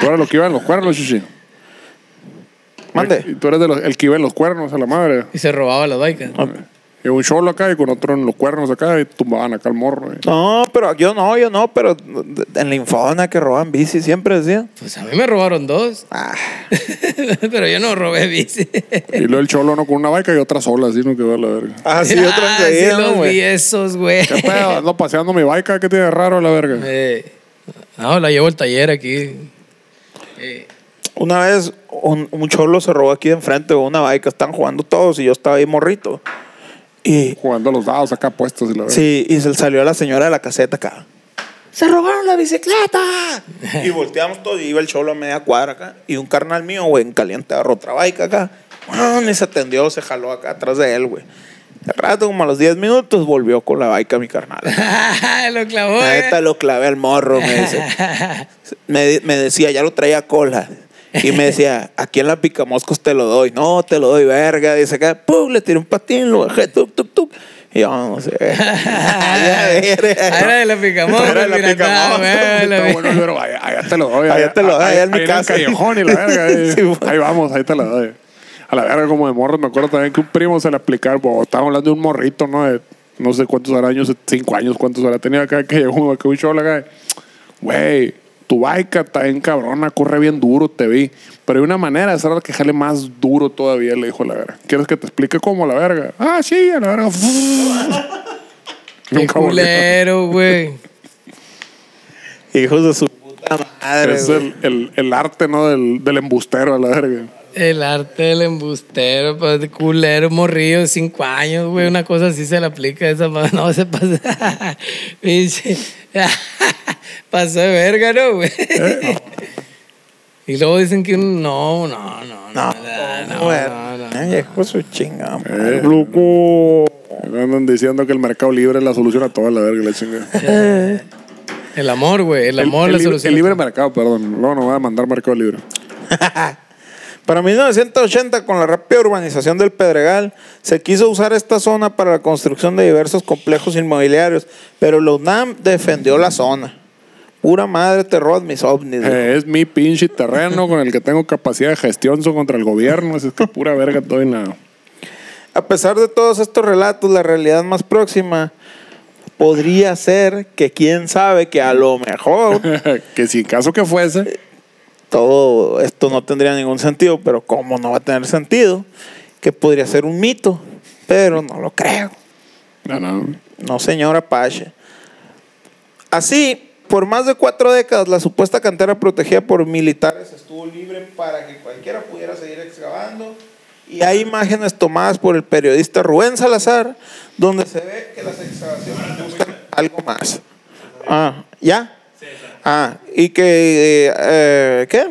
Tú eras lo que iba en los cuernos, Chuchi.
Mande.
Y tú eres de los- el que iba en los cuernos a la madre.
Y se robaba las vainas.
Y un solo acá y con otro en los cuernos acá y tumbaban acá el morro. eh.
No, pero yo no, yo no, pero en la infona que roban bici siempre decían.
Pues a mí me robaron dos.
Ah,
Pero yo no robé bici.
Y luego el cholo, no con una baica y otra sola, así, no quedó la verga.
ah, sí, otro
Ah, sí
enseguida, ¿no,
los vi
güey.
esos, güey.
¿Qué pedo? Ando paseando mi baica, ¿qué tiene de raro la verga?
Eh, no, la llevo al taller aquí. Eh,
Una vez un, un cholo se robó aquí de enfrente una bike, están jugando todos y yo estaba ahí morrito. Y
Jugando los dados acá puestos y la verga.
Sí, y se salió la señora de la caseta acá. ¡Se robaron la bicicleta! y volteamos todo y iba el cholo a media cuadra acá. Y un carnal mío, güey, en caliente agarró otra bike acá. ¡Guau! Ni se atendió, se jaló acá atrás de él, güey. Al rato, como a los 10 minutos, volvió con la bike a mi carnal.
lo clavó.
La
eh.
neta lo clavé al morro, me dice. Me, me decía, ya lo traía a cola. Y me decía, aquí en la picamoscos te lo doy. No, te lo doy, verga. Dice acá, pum, le tiré un patín, lo bajé, tuk, tuk, tuk. Y yo, no sé.
Ah, Era de la picamoscos,
Era de la
mira,
picamoscos.
nada, güey, la
Está
vi-
bueno, pero allá, allá te lo doy. eh.
Allá te lo doy, allá en mi
el
casa.
callejón y la verga. eh.
Sí, bueno.
ahí vamos, ahí te lo doy. A la verga, como de morros, me acuerdo también que un primo se le aplicaba, bo, estaba hablando de un morrito, ¿no? De no sé cuántos hará años, cinco años, cuántos hará tenía acá, que llegó acá un cholo acá. Güey, tu baica está bien cabrona, corre bien duro, te vi. Pero hay una manera de hacerla que jale más duro todavía, le dijo la verga. ¿Quieres que te explique cómo la verga? Ah, sí, a la verga.
Qué culero, güey.
Hijos de su puta madre.
Es
güey.
el, el, el arte, ¿no? Del, del embustero, a la verga.
El arte del embustero, pues, de culero, morrillo de cinco años, güey. Una cosa así se le aplica a esa madre. No se pasa. Pinche. Pasó de verga, ¿no, güey? Y luego dicen que un- no, no, no, no,
No, Eh.
no, no,
güey.
no, no.
Ay, hijo de su chingada. madre.
Eh, loco. Andan diciendo que el mercado libre es la solución a toda la verga, la chinga.
El amor, güey. El amor,
el,
la
libre-
solución.
el libre mercado, perdón. Luego nos va a mandar mercado libre.
Para 1980, con la rápida urbanización del Pedregal, se quiso usar esta zona para la construcción de diversos complejos inmobiliarios, pero la UNAM defendió la zona. Pura madre, te robas mis ovnis. güey.
Eh, es mi pinche terreno con el que tengo capacidad de gestión so contra el gobierno. así Es que pura verga estoy nada.
A pesar de todos estos relatos, la realidad más próxima podría ser que quién sabe que a lo mejor
que si caso que fuese,
todo esto no tendría ningún sentido, pero como no va a tener sentido, que podría ser un mito, pero no lo creo.
no, no.
No, señor Apache. Así, por más de cuatro décadas, la supuesta cantera protegida por militares estuvo libre para que cualquiera pudiera seguir excavando. Y hay imágenes tomadas por el periodista Rubén Salazar, donde se ve que las excavaciones buscan algo más. Ah, ¿ya? Ah, y que, eh, eh, ¿qué?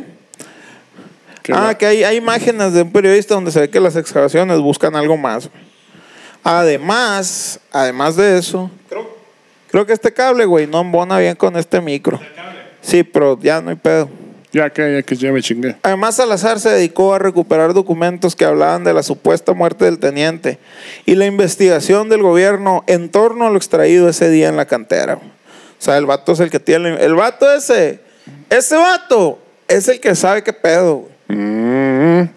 Que
ah,
la-
que hay, hay imágenes de un periodista donde se ve que las excavaciones buscan algo más. Además, además de eso, creo, creo que este cable, güey, no embona bien con este micro. Sí, pero ya no hay pedo.
Ya que ya, que ya me chingué.
Además, Salazar se dedicó a recuperar documentos que hablaban de la supuesta muerte del teniente y la investigación del gobierno en torno a lo extraído ese día en la cantera. O sea, el vato es el que tiene... la- El vato ese, ese vato es el que sabe qué pedo, güey.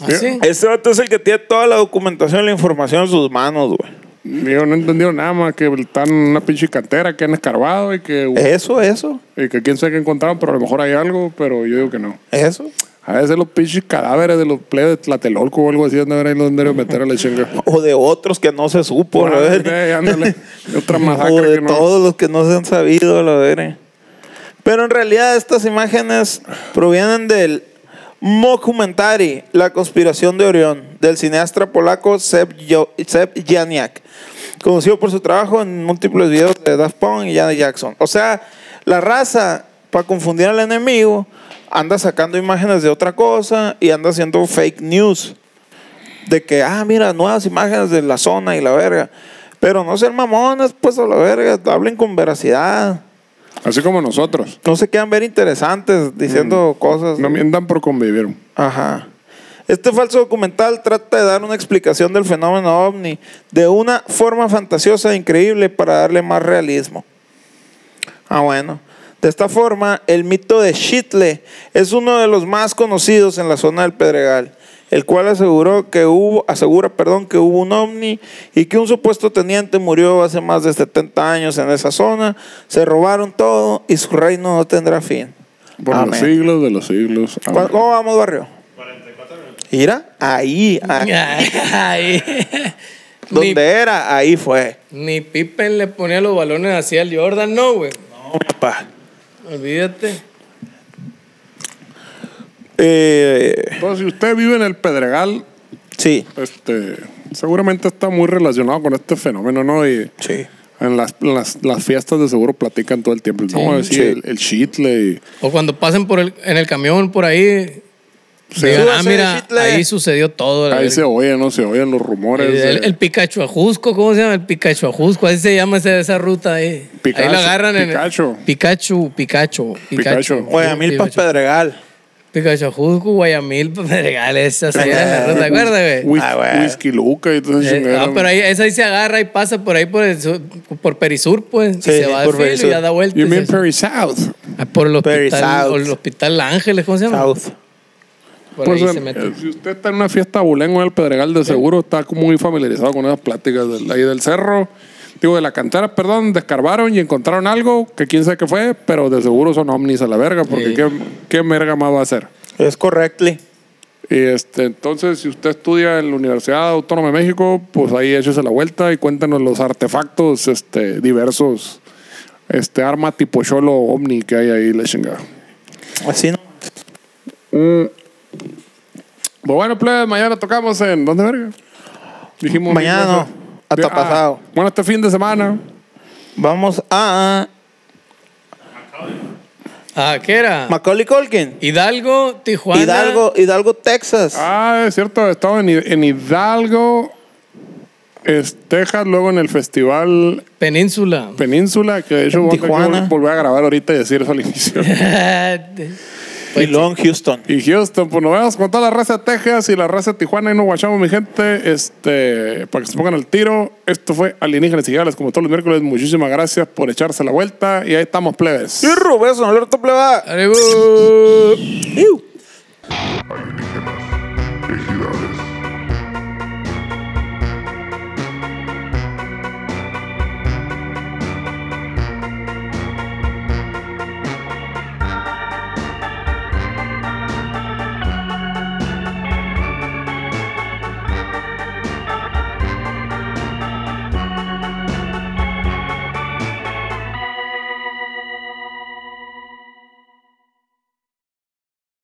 ¿Ah, sí? ¿Ah,
Ese vato es el que tiene toda la documentación y la información en sus manos, güey.
Yo no he entendido nada más que están en una pinche cantera que han escarbado y que,
Eso, eso,
y que quién sabe qué encontraron, pero a lo mejor hay algo, pero yo digo que no.
eso.
A veces los pinches cadáveres de los plebes de Tlatelolco o algo así andan ahí donde deben meter a la chinga.
O de otros que no se supo, la
Ándale,
verga.
ándale. Otra
O
masacre
de
que no.
todos los que no se han sabido, la verga. Pero en realidad estas imágenes provienen del mockumentary La conspiración de Orión, del cineasta polaco Seb, Jo- Seb Janiak, conocido por su trabajo en múltiples videos de Daft Punk y Janet Jackson. O sea, la raza, para confundir al enemigo, anda sacando imágenes de otra cosa y anda haciendo fake news de que, ah, mira, nuevas imágenes de la zona y la verga. Pero no sean mamones, pues a la verga, hablen con veracidad.
Así como nosotros.
No se quedan ver interesantes diciendo cosas.
No mientan por convivir.
Ajá. Este falso documental trata de dar una explicación del fenómeno ovni de una forma fantasiosa e increíble para darle más realismo. Ah, bueno. De esta forma, el mito de Shitle es uno de los más conocidos en la zona del Pedregal, el cual aseguró que hubo, asegura perdón, que hubo un ovni y que un supuesto teniente murió hace más de 70 años en esa zona, se robaron todo y su reino no tendrá fin.
Por los
Amén.
siglos de los siglos. Amén.
¿Cuá-
oh.
¿Cómo vamos, barrio? 44 Mira, ahí, ahí.
Ay,
donde
ni,
era, ahí fue.
ni Pippen le ponía los balones así al Jordan, no, güey.
Papá.
Olvídate.
Eh,
Entonces, si usted vive en el Pedregal,
sí,
este, seguramente está muy relacionado con este fenómeno, ¿no? Y
sí.
en las, en las, las fiestas de seguro platican todo el tiempo. No,
Sí.
así
Sí.
el, el chitle y-
O cuando pasen por el, en el camión por ahí, digan, ah,
Súbase,
mira,
Hitler".
ahí sucedió todo. la
ahí
verga.
se oyen, ¿no? Se oyen los rumores.
el,
de-
el, el Pikachu Ajusco, ¿cómo se llama? El Pikachu Ajusco, así se llama esa, esa ruta ahí.
Pikachu,
ahí la agarran en.
Pikachu.
Pikachu, Pikachu,
Pikachu.
Pikachu.
Guayamil para Pedregal.
Pikachu Ajusco, Guayamil, Pedregal, esa se llama la ruta, ¿te acuerdas, güey?
Whis-
Ah, güey.
Whisky Luca y todo
Eh,
eso.
ah, pero ahí, esa ahí se agarra y pasa por ahí por, el sur- por Perisur, pues. y
Sí,
se va de
por
filo
Perisur.
y ya da vuelta. y
You
se-
mean Perry South?
Ah, por el hospital,
Perisur.
por el hospital Ángeles, ¿cómo se llama?
South.
Por
Pues,
ahí
en-
se mete.
eh, si usted está en una fiesta bulén o en el Pedregal, de seguro está como muy familiarizado con esas pláticas del, ahí del cerro. Digo, de la cantera, perdón, descarbaron y encontraron algo que quién sabe qué fue, pero de seguro son ovnis a la verga, porque
Sí.
¿qué, qué merga más va a ser?
Es correctly.
Y este, entonces, si usted estudia en la Universidad Autónoma de México, pues ahí échese la vuelta y cuéntenos los artefactos este, diversos, este arma tipo cholo ovni que hay ahí, la chingada.
Así no.
Pues bueno, plebes, mañana tocamos en. ¿Dónde verga? Dijimos.
Mañana
mil
no,
veces.
hasta
Ah,
pasado.
Bueno, este fin de semana.
Vamos a
Ah, ¿qué era?
Macaulay Culkin.
Hidalgo, Tijuana.
Hidalgo, Hidalgo, Texas.
Ah, es cierto, he estado en, Hi- en Hidalgo, es Texas, luego en el Festival
Península.
Península, que de hecho voy a tener que
Tijuana.
vol- volver a grabar ahorita y decir eso al inicio.
y luego en Houston.
y Houston, pues nos vemos con toda la raza de Texas y la raza de Tijuana y nos guachamos, mi gente. Este, para que se pongan al tiro, esto fue Alienígenas y Gales, como todos los miércoles. Muchísimas gracias por echarse la vuelta y ahí estamos, plebes.
Y Rubén, no le plebada.
Ah. Arriba.
Iu.
Alienígenas, ejidales.